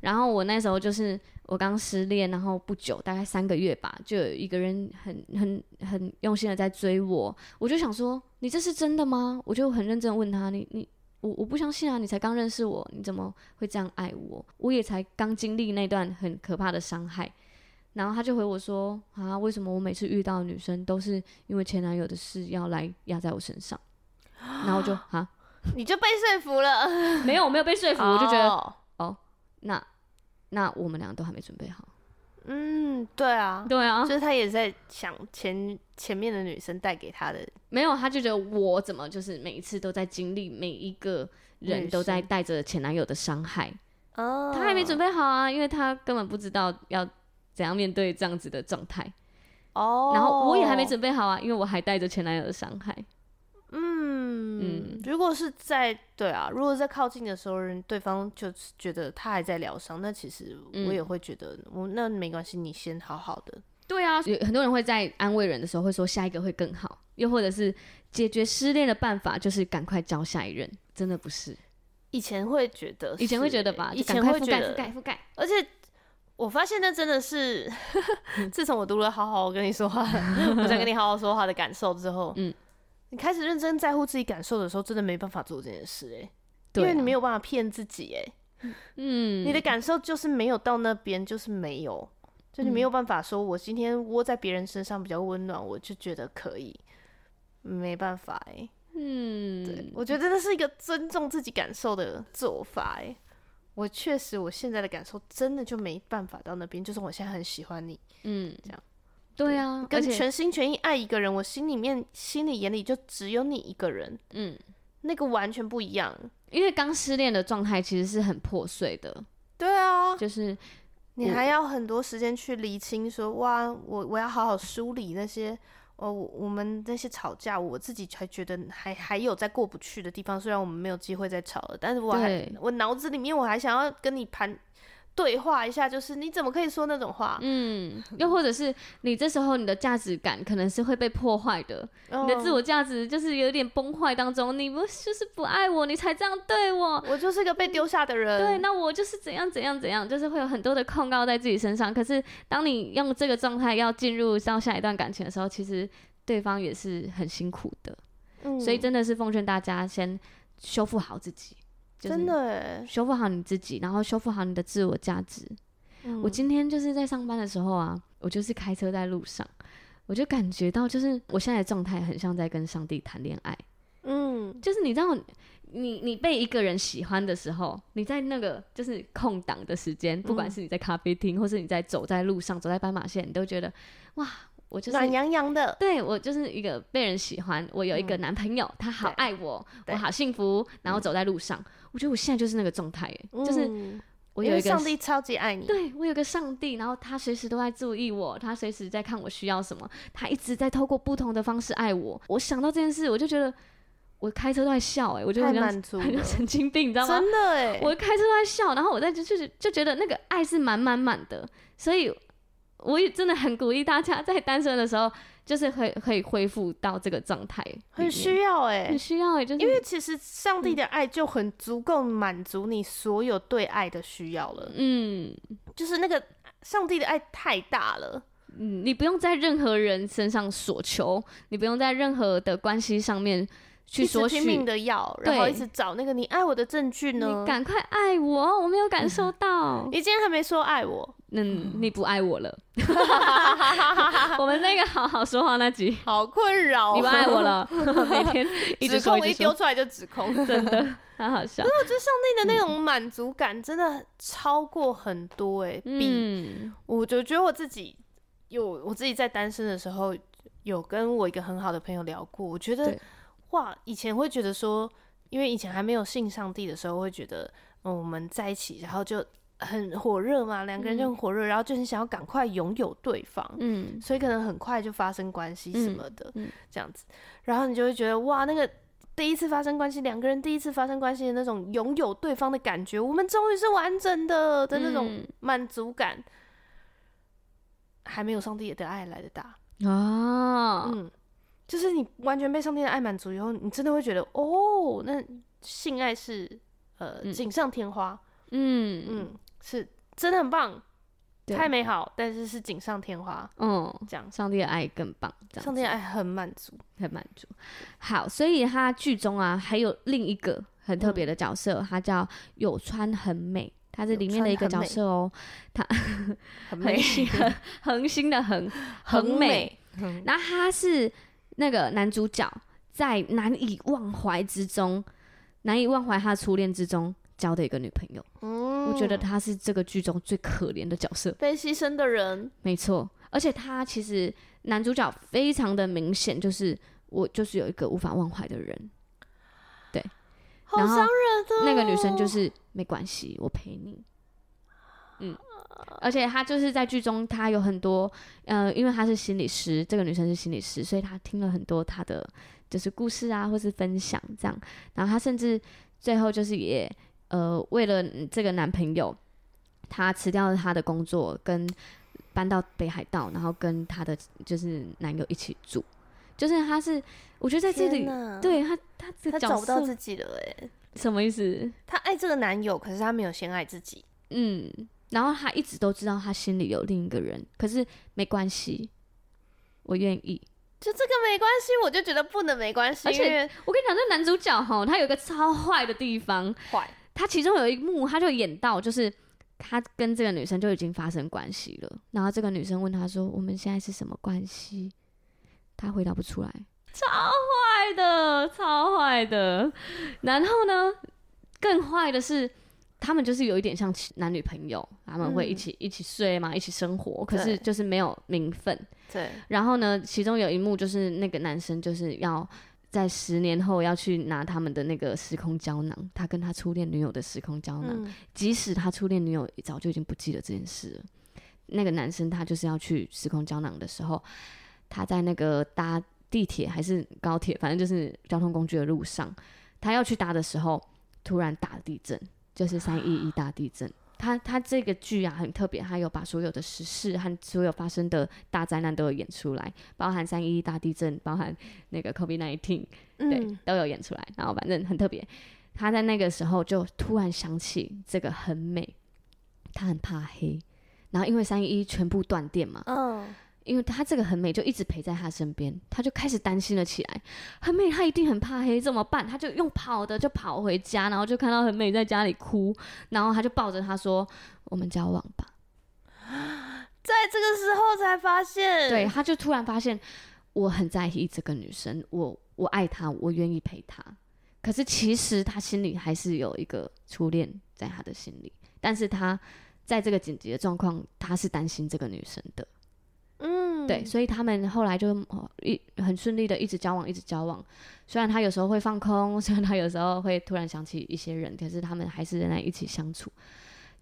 Speaker 2: 然后我那时候就是我刚失恋，然后不久，大概三个月吧，就有一个人很很很用心的在追我，我就想说，你这是真的吗？我就很认真地问他，你你。我我不相信啊！你才刚认识我，你怎么会这样爱我？我也才刚经历那段很可怕的伤害。然后他就回我说：“啊，为什么我每次遇到的女生都是因为前男友的事要来压在我身上？”然后 我就啊，
Speaker 1: 你就被说服了，
Speaker 2: 没有我没有被说服，我就觉得
Speaker 1: 哦
Speaker 2: 那那我们俩都还没准备好。
Speaker 1: 嗯，对啊，
Speaker 2: 对啊
Speaker 1: 就，是他也在想前前面的女生带给他的，
Speaker 2: 没有，他就觉得我怎么就是每一次都在经历每一个人
Speaker 1: 女
Speaker 2: 都在
Speaker 1: 生
Speaker 2: 带着前男友的伤害，
Speaker 1: 哦，
Speaker 2: 他还没准备好啊，因为他根本不知道要怎样面对这样子的状态。
Speaker 1: 哦，
Speaker 2: 然后我也还没准备好啊，因为我还带着前男友的伤害。
Speaker 1: 嗯
Speaker 2: 嗯，
Speaker 1: 如果是在对啊，如果在靠近的时候，人对方就是觉得他还在疗伤，那其实我
Speaker 2: 嗯
Speaker 1: 也会觉得，我那没关系，你先好好的。
Speaker 2: 对啊，有很多人会在安慰人的时候会说下一个会更好，又或者是解决失恋的办法就是赶快交下一任，真的不是，
Speaker 1: 以前会觉得是欸，
Speaker 2: 以前会觉得吧，
Speaker 1: 以
Speaker 2: 就赶
Speaker 1: 前
Speaker 2: 快
Speaker 1: 会
Speaker 2: 覆
Speaker 1: 觉
Speaker 2: 盖
Speaker 1: 得
Speaker 2: 覆盖覆盖，
Speaker 1: 而且我发现那真的是， 自从我读了《好好我跟你说话》， 我想跟你好好说话的感受之后，嗯
Speaker 2: 嗯，
Speaker 1: 你开始认真在乎自己感受的时候，真的没办法做这件事哎、因
Speaker 2: 对啊
Speaker 1: 为你没有办法骗自己哎、
Speaker 2: 嗯，
Speaker 1: 你的感受就是没有到那边，就是没有。就你没
Speaker 2: 嗯
Speaker 1: 有办法说，我今天窝在别人身上比较温暖，我就觉得可以，没办法哎、
Speaker 2: 嗯，
Speaker 1: 我觉得这是一个尊重自己感受的做法、欸。我确实，我现在的感受真的就没办法到那边，就是我现在很喜欢你，
Speaker 2: 嗯，
Speaker 1: 这样，
Speaker 2: 对啊，而
Speaker 1: 跟
Speaker 2: 且
Speaker 1: 全心全意爱一个人，我心里面、心里眼里就只有你一个人，
Speaker 2: 嗯，
Speaker 1: 那个完全不一样。
Speaker 2: 因为刚失恋的状态其实是很破碎的，
Speaker 1: 对啊，
Speaker 2: 就是
Speaker 1: 你
Speaker 2: 我
Speaker 1: 还要很多时间去理清说哇，我我要好好梳理那些。哦，我我们那些吵架，我自己还觉得还还有在过不去的地方。虽然我们没有机会再吵了，但是我还
Speaker 2: 对
Speaker 1: 我脑子里面我还想要跟你盘对话一下，就是你怎么可以说那种话？
Speaker 2: 嗯，又或者是你这时候你的价值感可能是会被破坏的，
Speaker 1: 嗯
Speaker 2: 你的自我价值就是有点崩坏当中，你不就是不爱我，你才这样对我。
Speaker 1: 我就是个被丢下的人。
Speaker 2: 对，那我就是怎样怎样怎样，就是会有很多的控告在自己身上。可是当你用这个状态要进入到下一段感情的时候，其实对方也是很辛苦的。
Speaker 1: 嗯
Speaker 2: 所以真的是奉劝大家先修复好自己，就是
Speaker 1: 真的欸，
Speaker 2: 修复好你自己，然后修复好你的自我价值。
Speaker 1: 嗯
Speaker 2: 我今天就是在上班的时候啊，我就是开车在路上，我就感觉到，就是我现在的状态很像在跟上帝谈恋爱。
Speaker 1: 嗯
Speaker 2: 就是你知道，你你被一个人喜欢的时候，你在那个就是空档的时间，不管
Speaker 1: 嗯
Speaker 2: 是你在咖啡厅，或是你在走在路上，走在斑马线，你都觉得哇，我就是
Speaker 1: 暖洋洋的，
Speaker 2: 对我就是一个被人喜欢，我有一个
Speaker 1: 嗯
Speaker 2: 男朋友，他好
Speaker 1: 对
Speaker 2: 爱我，我
Speaker 1: 对
Speaker 2: 好幸福。然后走在路上，我觉得我现在就是那个状态耶，就是
Speaker 1: 嗯
Speaker 2: 我
Speaker 1: 因
Speaker 2: 有
Speaker 1: 为
Speaker 2: 一个
Speaker 1: 上帝超级爱你，
Speaker 2: 对我有个上帝，然后他随时都在注意我，他随时在看我需要什么，他一直在透过不同的方式爱我。我想到这件事，我就觉得我开车都在笑哎、我觉得
Speaker 1: 太
Speaker 2: 我像
Speaker 1: 满足
Speaker 2: 很像
Speaker 1: 了
Speaker 2: 神经病，你知道吗？
Speaker 1: 真的哎，
Speaker 2: 我开车都在笑，然后我在就就就觉得那个爱是满满满的，所以我也真的很鼓励大家在单身的时候，就是会可以恢复到这个状态里面，
Speaker 1: 很需要哎
Speaker 2: 很，需要欸，就是
Speaker 1: 因为其实上
Speaker 2: 嗯
Speaker 1: 帝的爱就很足够满足你所有对爱的需要了，
Speaker 2: 嗯。
Speaker 1: 就是那个上帝的爱太大了，
Speaker 2: 嗯，你不用在任何人身上索求，你不用在任何的关系上面去
Speaker 1: 一直
Speaker 2: 索取
Speaker 1: 拼，命的要，然后
Speaker 2: 对
Speaker 1: 一直找那个你爱我的证据呢
Speaker 2: 你。赶快爱我，我没有感受到，
Speaker 1: 你今天还没说爱我，
Speaker 2: 嗯，你不爱 我了。 我们那个好好说话那集，
Speaker 1: 好困扰哦，
Speaker 2: 你不爱 我了，每天一直
Speaker 1: 指
Speaker 2: 说
Speaker 1: 控一
Speaker 2: 直说
Speaker 1: 丢出来就指控，
Speaker 2: 真的很好笑。
Speaker 1: 那
Speaker 2: 嗯
Speaker 1: 的那种满足感真的超过很多哎、比
Speaker 2: 嗯，
Speaker 1: 我就觉得我自己有我自己在单身的时候，有跟我一个很好的朋友聊过，我觉得
Speaker 2: 对
Speaker 1: 哇，以前会觉得说，因为以前还没有信上帝的时候，会觉得嗯我们在一起，然后就很火热嘛，两个人就很火热，然后就很想要赶快拥有对方，
Speaker 2: 嗯，
Speaker 1: 所以可能很快就发生关系什么的，
Speaker 2: 嗯嗯
Speaker 1: 这样子，然后你就会觉得哇，那个第一次发生关系，两个人第一次发生关系的那种拥有对方的感觉，我们终于是完整的的那种满足感，还没有上帝的爱来的大，
Speaker 2: 嗯哦，
Speaker 1: 嗯，就是你完全被上帝的爱满足以后，你真的会觉得哦，那性爱是呃
Speaker 2: 嗯
Speaker 1: 锦上添花，
Speaker 2: 嗯嗯
Speaker 1: 嗯，是真的很棒，
Speaker 2: 对
Speaker 1: 太美好，但是是锦上添花
Speaker 2: 嗯，
Speaker 1: 这样。
Speaker 2: 上帝的爱更棒，这样
Speaker 1: 上帝的爱很满足，
Speaker 2: 很满足。好，所以他剧中啊还有另一个很特别的角色，他叫有川很美，他是里面的一个角 色哦，
Speaker 1: 很
Speaker 2: 恒星 恒星的恒恒美，，那他是那个男主角在难以忘怀之中，难以忘怀他的初恋之中交的一个女朋友，
Speaker 1: 嗯
Speaker 2: 我觉得他是这个剧中最可怜的角色。
Speaker 1: 被牺牲的人，
Speaker 2: 没错，而且他其实男主角非常的明显，就是我就是有一个无法忘怀的人，
Speaker 1: 好
Speaker 2: 然后
Speaker 1: 伤人哦。
Speaker 2: 那个女生就是没关系，我陪你。嗯，而且她就是在剧中，她有很多，呃，因为她是心理师，这个女生是心理师，所以她听了很多她的就是故事啊，或是分享这样。然后她甚至最后就是也，呃，为了这个男朋友，她辞掉了她的工作，跟搬到北海道，然后跟她的就是男友一起住。就是她是，我觉得在这里
Speaker 1: 天，哪，
Speaker 2: 对她她这
Speaker 1: 她
Speaker 2: 个
Speaker 1: 找
Speaker 2: 角
Speaker 1: 不到
Speaker 2: 色
Speaker 1: 自己了，哎，
Speaker 2: 什么意思？
Speaker 1: 她爱这个男友，可是她没有先爱自己，
Speaker 2: 嗯，然后他一直都知道他心里有另一个人，可是没关系，我愿意。
Speaker 1: 就这个没关系，我就觉得不能没关系，
Speaker 2: 而
Speaker 1: 因
Speaker 2: 且
Speaker 1: 为
Speaker 2: 我跟你讲，这男主角哈，他有一个超坏的地方，
Speaker 1: 坏，
Speaker 2: 他其中有一幕，他就演到就是。他跟这个女生就已经发生关系了，然后这个女生问他说：“我们现在是什么关系？”他回答不出来，超坏的，超坏的。然后呢，更坏的是，他们就是有一点像男女朋友，他们会一
Speaker 1: 嗯
Speaker 2: 起、一起睡嘛，一起生活，可
Speaker 1: 对
Speaker 2: 是就是没有名分。
Speaker 1: 对，
Speaker 2: 然后呢，其中有一幕就是那个男生就是要在十年后要去拿他们的那个时空胶囊，他跟他初恋女友的时空胶囊，
Speaker 1: 嗯，
Speaker 2: 即使他初恋女友早就已经不记得这件事了，那个男生他就是要去时空胶囊的时候，他在那个搭地铁还是高铁，反正就是交通工具的路上，他要去搭的时候，突然打地震，就是三一一大地震，他他这个剧啊很特别，他有把所有的时事和所有发生的大灾难都有演出来，包含三一一大地震，包含那个 COVID nineteen，对，
Speaker 1: 嗯
Speaker 2: 都有演出来。然后反正很特别，他在那个时候就突然想起这个很美，他很怕黑，然后因为三一一全部断电嘛，
Speaker 1: 嗯，
Speaker 2: 因为他这个很美就一直陪在他身边，他就开始担心了起来。很美他一定很怕黑，怎么办？他就用跑的就跑回家，然后就看到很美在家里哭，然后他就抱着他说：“我们交往吧。
Speaker 1: 在这个时候才发现，
Speaker 2: 对，，他就突然发现我很在意这个女生，我我爱她，我愿意陪她。可是其实他心里还是有一个初恋在他的心里，但是他在这个紧急的状况，他是担心这个女生的。
Speaker 1: 嗯，
Speaker 2: 对，所以他们后来就哦一很顺利的一直交往，一直交往。虽然他有时候会放空， 虽然他有时候会突然想起一些人，可是他们还是仍然一起相处。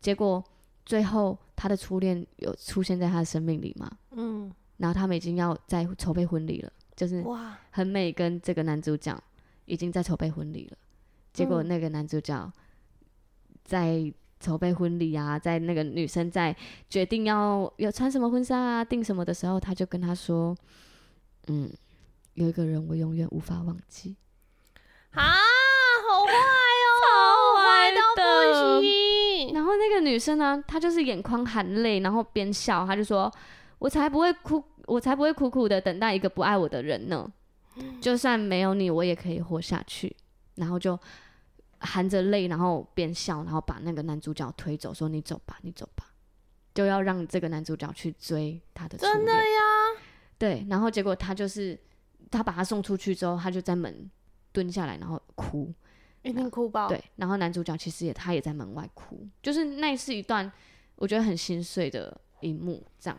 Speaker 2: 结果最后他的初恋有出现在他的生命里嘛？
Speaker 1: 嗯，
Speaker 2: 然后他们已经要在筹备婚礼了，就是
Speaker 1: 哇，
Speaker 2: 很美跟这个男主角已经在筹备婚礼了，结果
Speaker 1: 嗯
Speaker 2: 那个男主角在筹备婚礼啊，在那个女生在决定要要穿什么婚纱啊、定什么的时候，他就跟她说：“嗯，有一个人我永远无法忘记。
Speaker 1: 啊，好坏哦，
Speaker 2: 超哎坏的
Speaker 1: 到不行，
Speaker 2: 然后那个女生呢，她就是眼眶含泪，然后边笑，她就说：“我才不会哭，我才不会苦苦的等待一个不爱我的人呢。
Speaker 1: 嗯
Speaker 2: 就算没有你，我也可以活下去。”然后就含着泪，然后边笑，然后把那个男主角推走，说：“你走吧，你走吧。”就要让这个男主角去追他的初
Speaker 1: 真的
Speaker 2: 恋。
Speaker 1: 呀，
Speaker 2: 对，然后结果他就是他把他送出去之后，他就在门蹲下来，然后哭。
Speaker 1: 一定哭爆，
Speaker 2: 对，然后男主角其实也他也在门外哭，就是那是一段我觉得很心碎的一幕，这样。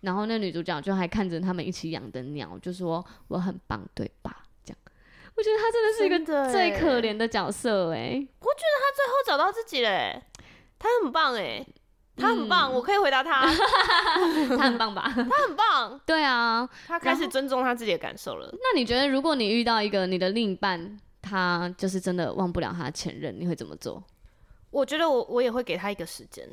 Speaker 2: 然后那女主角就还看着他们一起养的鸟，就说我很棒，对吧？这样，我觉得他真的是一个
Speaker 1: 真的
Speaker 2: 最
Speaker 1: 欸
Speaker 2: 可怜的角色哎、
Speaker 1: 他哦找到自己嘞，他很棒哎，他很棒，我可以回答他，
Speaker 2: 他很棒吧？
Speaker 1: 他很 棒，嗯
Speaker 2: 对啊，
Speaker 1: 他开始尊重他自己的感受了。
Speaker 2: 那你觉得如果你遇到一个你的另一半，他就是真的忘不了他的前任，你会怎么做？
Speaker 1: 我觉得我我也会给他一个时间，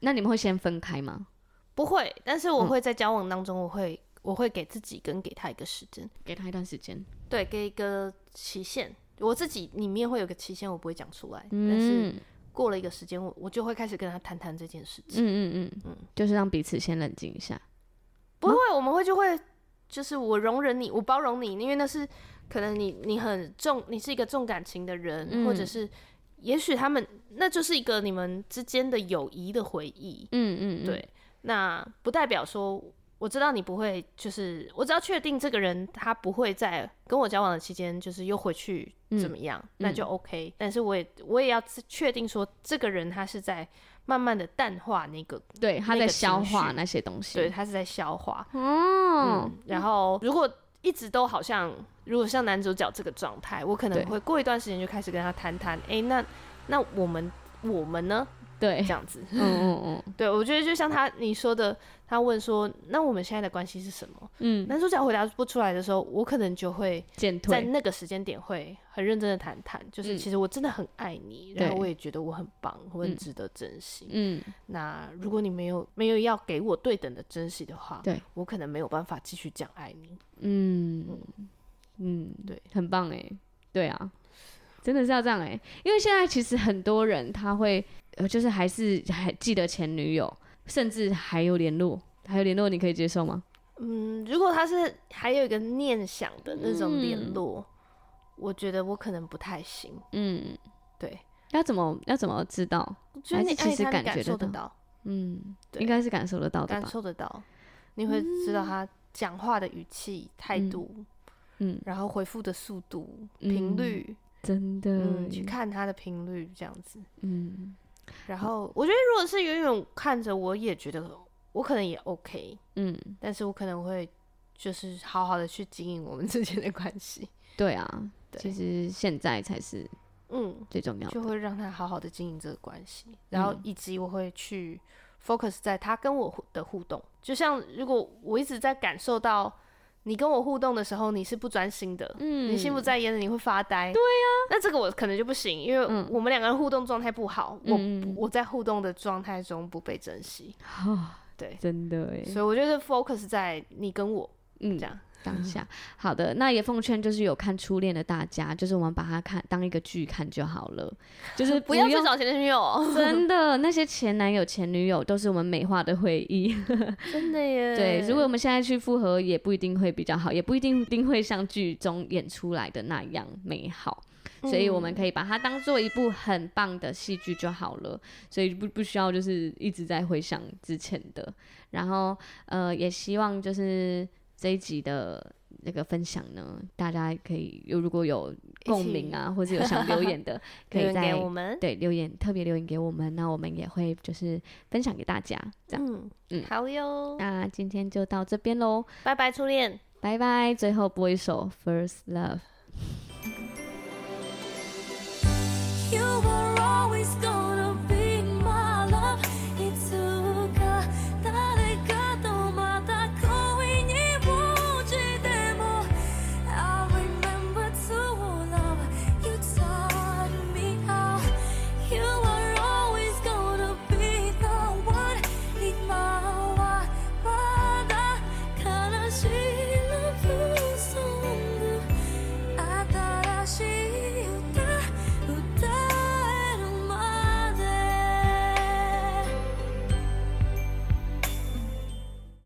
Speaker 2: 那你们会先分开吗？
Speaker 1: 不会，但是我
Speaker 2: 嗯
Speaker 1: 会在交往当中，我会我会给自己跟给他一个时间，
Speaker 2: 给他一段时间，
Speaker 1: 对，给一个期限。我自己里面会有个期限，我不会讲出来，但是
Speaker 2: 嗯
Speaker 1: 过了一个时间，我我就会开始跟他谈谈这件事情。
Speaker 2: 嗯嗯嗯，就是让彼此先冷静一下。
Speaker 1: 不会，我们会就会就是我容忍你，我包容你，因为那是可能你你很重，你是一个重感情的人，
Speaker 2: 嗯
Speaker 1: 或者是也许他们那就是一个你们之间的友谊的回忆。
Speaker 2: 嗯嗯，嗯，
Speaker 1: 对，那不代表说我知道你不会，就是我只要确定这个人他不会在跟我交往的期间，就是又回去
Speaker 2: 嗯
Speaker 1: 怎么样，那就 OK、但是我也我也要自确定说，这个人他是在慢慢的淡化那个，
Speaker 2: 对，他
Speaker 1: 那
Speaker 2: 在
Speaker 1: 个
Speaker 2: 消
Speaker 1: 情
Speaker 2: 化
Speaker 1: 绪
Speaker 2: 那些东西。
Speaker 1: 对，他是在消化。
Speaker 2: 哦，
Speaker 1: 嗯，然后如果一直都好像，如果像男主角这个状态，我可能
Speaker 2: 对
Speaker 1: 会过一段时间就开始跟他谈谈，哎、那那我们我们呢？
Speaker 2: 对
Speaker 1: 这，样子，
Speaker 2: 嗯嗯嗯
Speaker 1: 对我觉得就像他你说的，他问说，那我们现在的关系是什么？
Speaker 2: 嗯，
Speaker 1: 男主角回答不出来的时候，我可能就会
Speaker 2: 减
Speaker 1: 在
Speaker 2: 退，
Speaker 1: 那个时间点会很认真的谈谈，就是
Speaker 2: 嗯
Speaker 1: 其实我真的很爱你，
Speaker 2: 对
Speaker 1: 然后我也觉得我很棒，我很
Speaker 2: 嗯
Speaker 1: 值得珍惜。
Speaker 2: 嗯，
Speaker 1: 那如果你没有没有要给我对等的珍惜的话，
Speaker 2: 对
Speaker 1: 我可能没有办法继续讲爱你。
Speaker 2: 嗯嗯，
Speaker 1: 对，
Speaker 2: 很棒哎，对啊，真的是要这样哎，因为现在其实很多人他会，呃，就是还是还记得前女友，甚至还有联络，还有联络，你可以接受吗？
Speaker 1: 嗯，如果他是还有一个念想的那种联络，我觉得我可能不太行。
Speaker 2: 嗯，
Speaker 1: 对，
Speaker 2: 要怎么要怎么知道？
Speaker 1: 我觉得你
Speaker 2: 还是
Speaker 1: 爱
Speaker 2: 其实
Speaker 1: 他，你
Speaker 2: 感
Speaker 1: 感
Speaker 2: 觉
Speaker 1: 受
Speaker 2: 得
Speaker 1: 得
Speaker 2: 到
Speaker 1: 到，
Speaker 2: 嗯，
Speaker 1: 对
Speaker 2: 应该是感受得到的
Speaker 1: 感
Speaker 2: 吧？
Speaker 1: 受得到，你会知道他讲话的语气、态
Speaker 2: 嗯
Speaker 1: 度，
Speaker 2: 嗯，
Speaker 1: 然后回复的速度、
Speaker 2: 嗯
Speaker 1: 频率，
Speaker 2: 真的，
Speaker 1: 嗯，去看他的频率这样子。
Speaker 2: 嗯
Speaker 1: 然后我觉得，如果是远远看着，我也觉得我可能也 OK，
Speaker 2: 嗯。
Speaker 1: 但是我可能会就是好好的去经营我们之间的关 系，
Speaker 2: 对啊，
Speaker 1: 对
Speaker 2: 其实现在才是
Speaker 1: 嗯，
Speaker 2: 最重要
Speaker 1: 就
Speaker 2: 的。
Speaker 1: 会让他好好的经营这个关系，然
Speaker 2: 嗯
Speaker 1: 后以及我会去 focus 在他跟我互的互动，就像如果我一直在感受到。你跟我互动的时候，你是不专心的，
Speaker 2: 嗯啊
Speaker 1: 你心不在焉的，你会发呆。对呀、那这个我可能就不行，因为我们两个人互动状态不好，
Speaker 2: 嗯
Speaker 1: 我我在互动的状态中不被珍惜，
Speaker 2: 哦，
Speaker 1: 对，
Speaker 2: 真的哎，
Speaker 1: 所以我觉得 focus 在你跟我
Speaker 2: 嗯
Speaker 1: 这， 样，
Speaker 2: 当下。好的，那也奉劝就是有看初恋的大家，就是我们把它看当一个剧看就好了，就 是
Speaker 1: 不要
Speaker 2: 用
Speaker 1: 去找前女 友，
Speaker 2: 真的那些前男友前女友都是我们美化的回忆。
Speaker 1: 真的耶。
Speaker 2: 对，如果我们现在去复合，也不一定会比较好，也不一定定会像剧中演出来的那样美好。所以我们
Speaker 1: 嗯
Speaker 2: 可以把它当做一部很棒的戏剧就好了，所以不不需要就是一直在回想之前的。然后呃，也希望就是这一集的那个分享呢，大家可以有如果有共鸣啊，或者有想留 言的，可
Speaker 1: 留言
Speaker 2: 以
Speaker 1: 给
Speaker 2: 在
Speaker 1: 我们，
Speaker 2: 对留言特别留言给我们，那我们也会就是分享给大家。这样，
Speaker 1: 嗯
Speaker 2: 嗯
Speaker 1: 好哟，
Speaker 2: 那今天就到这边喽。
Speaker 1: 拜拜，初恋。
Speaker 2: 拜拜，最后播一首《First Love》。
Speaker 3: You were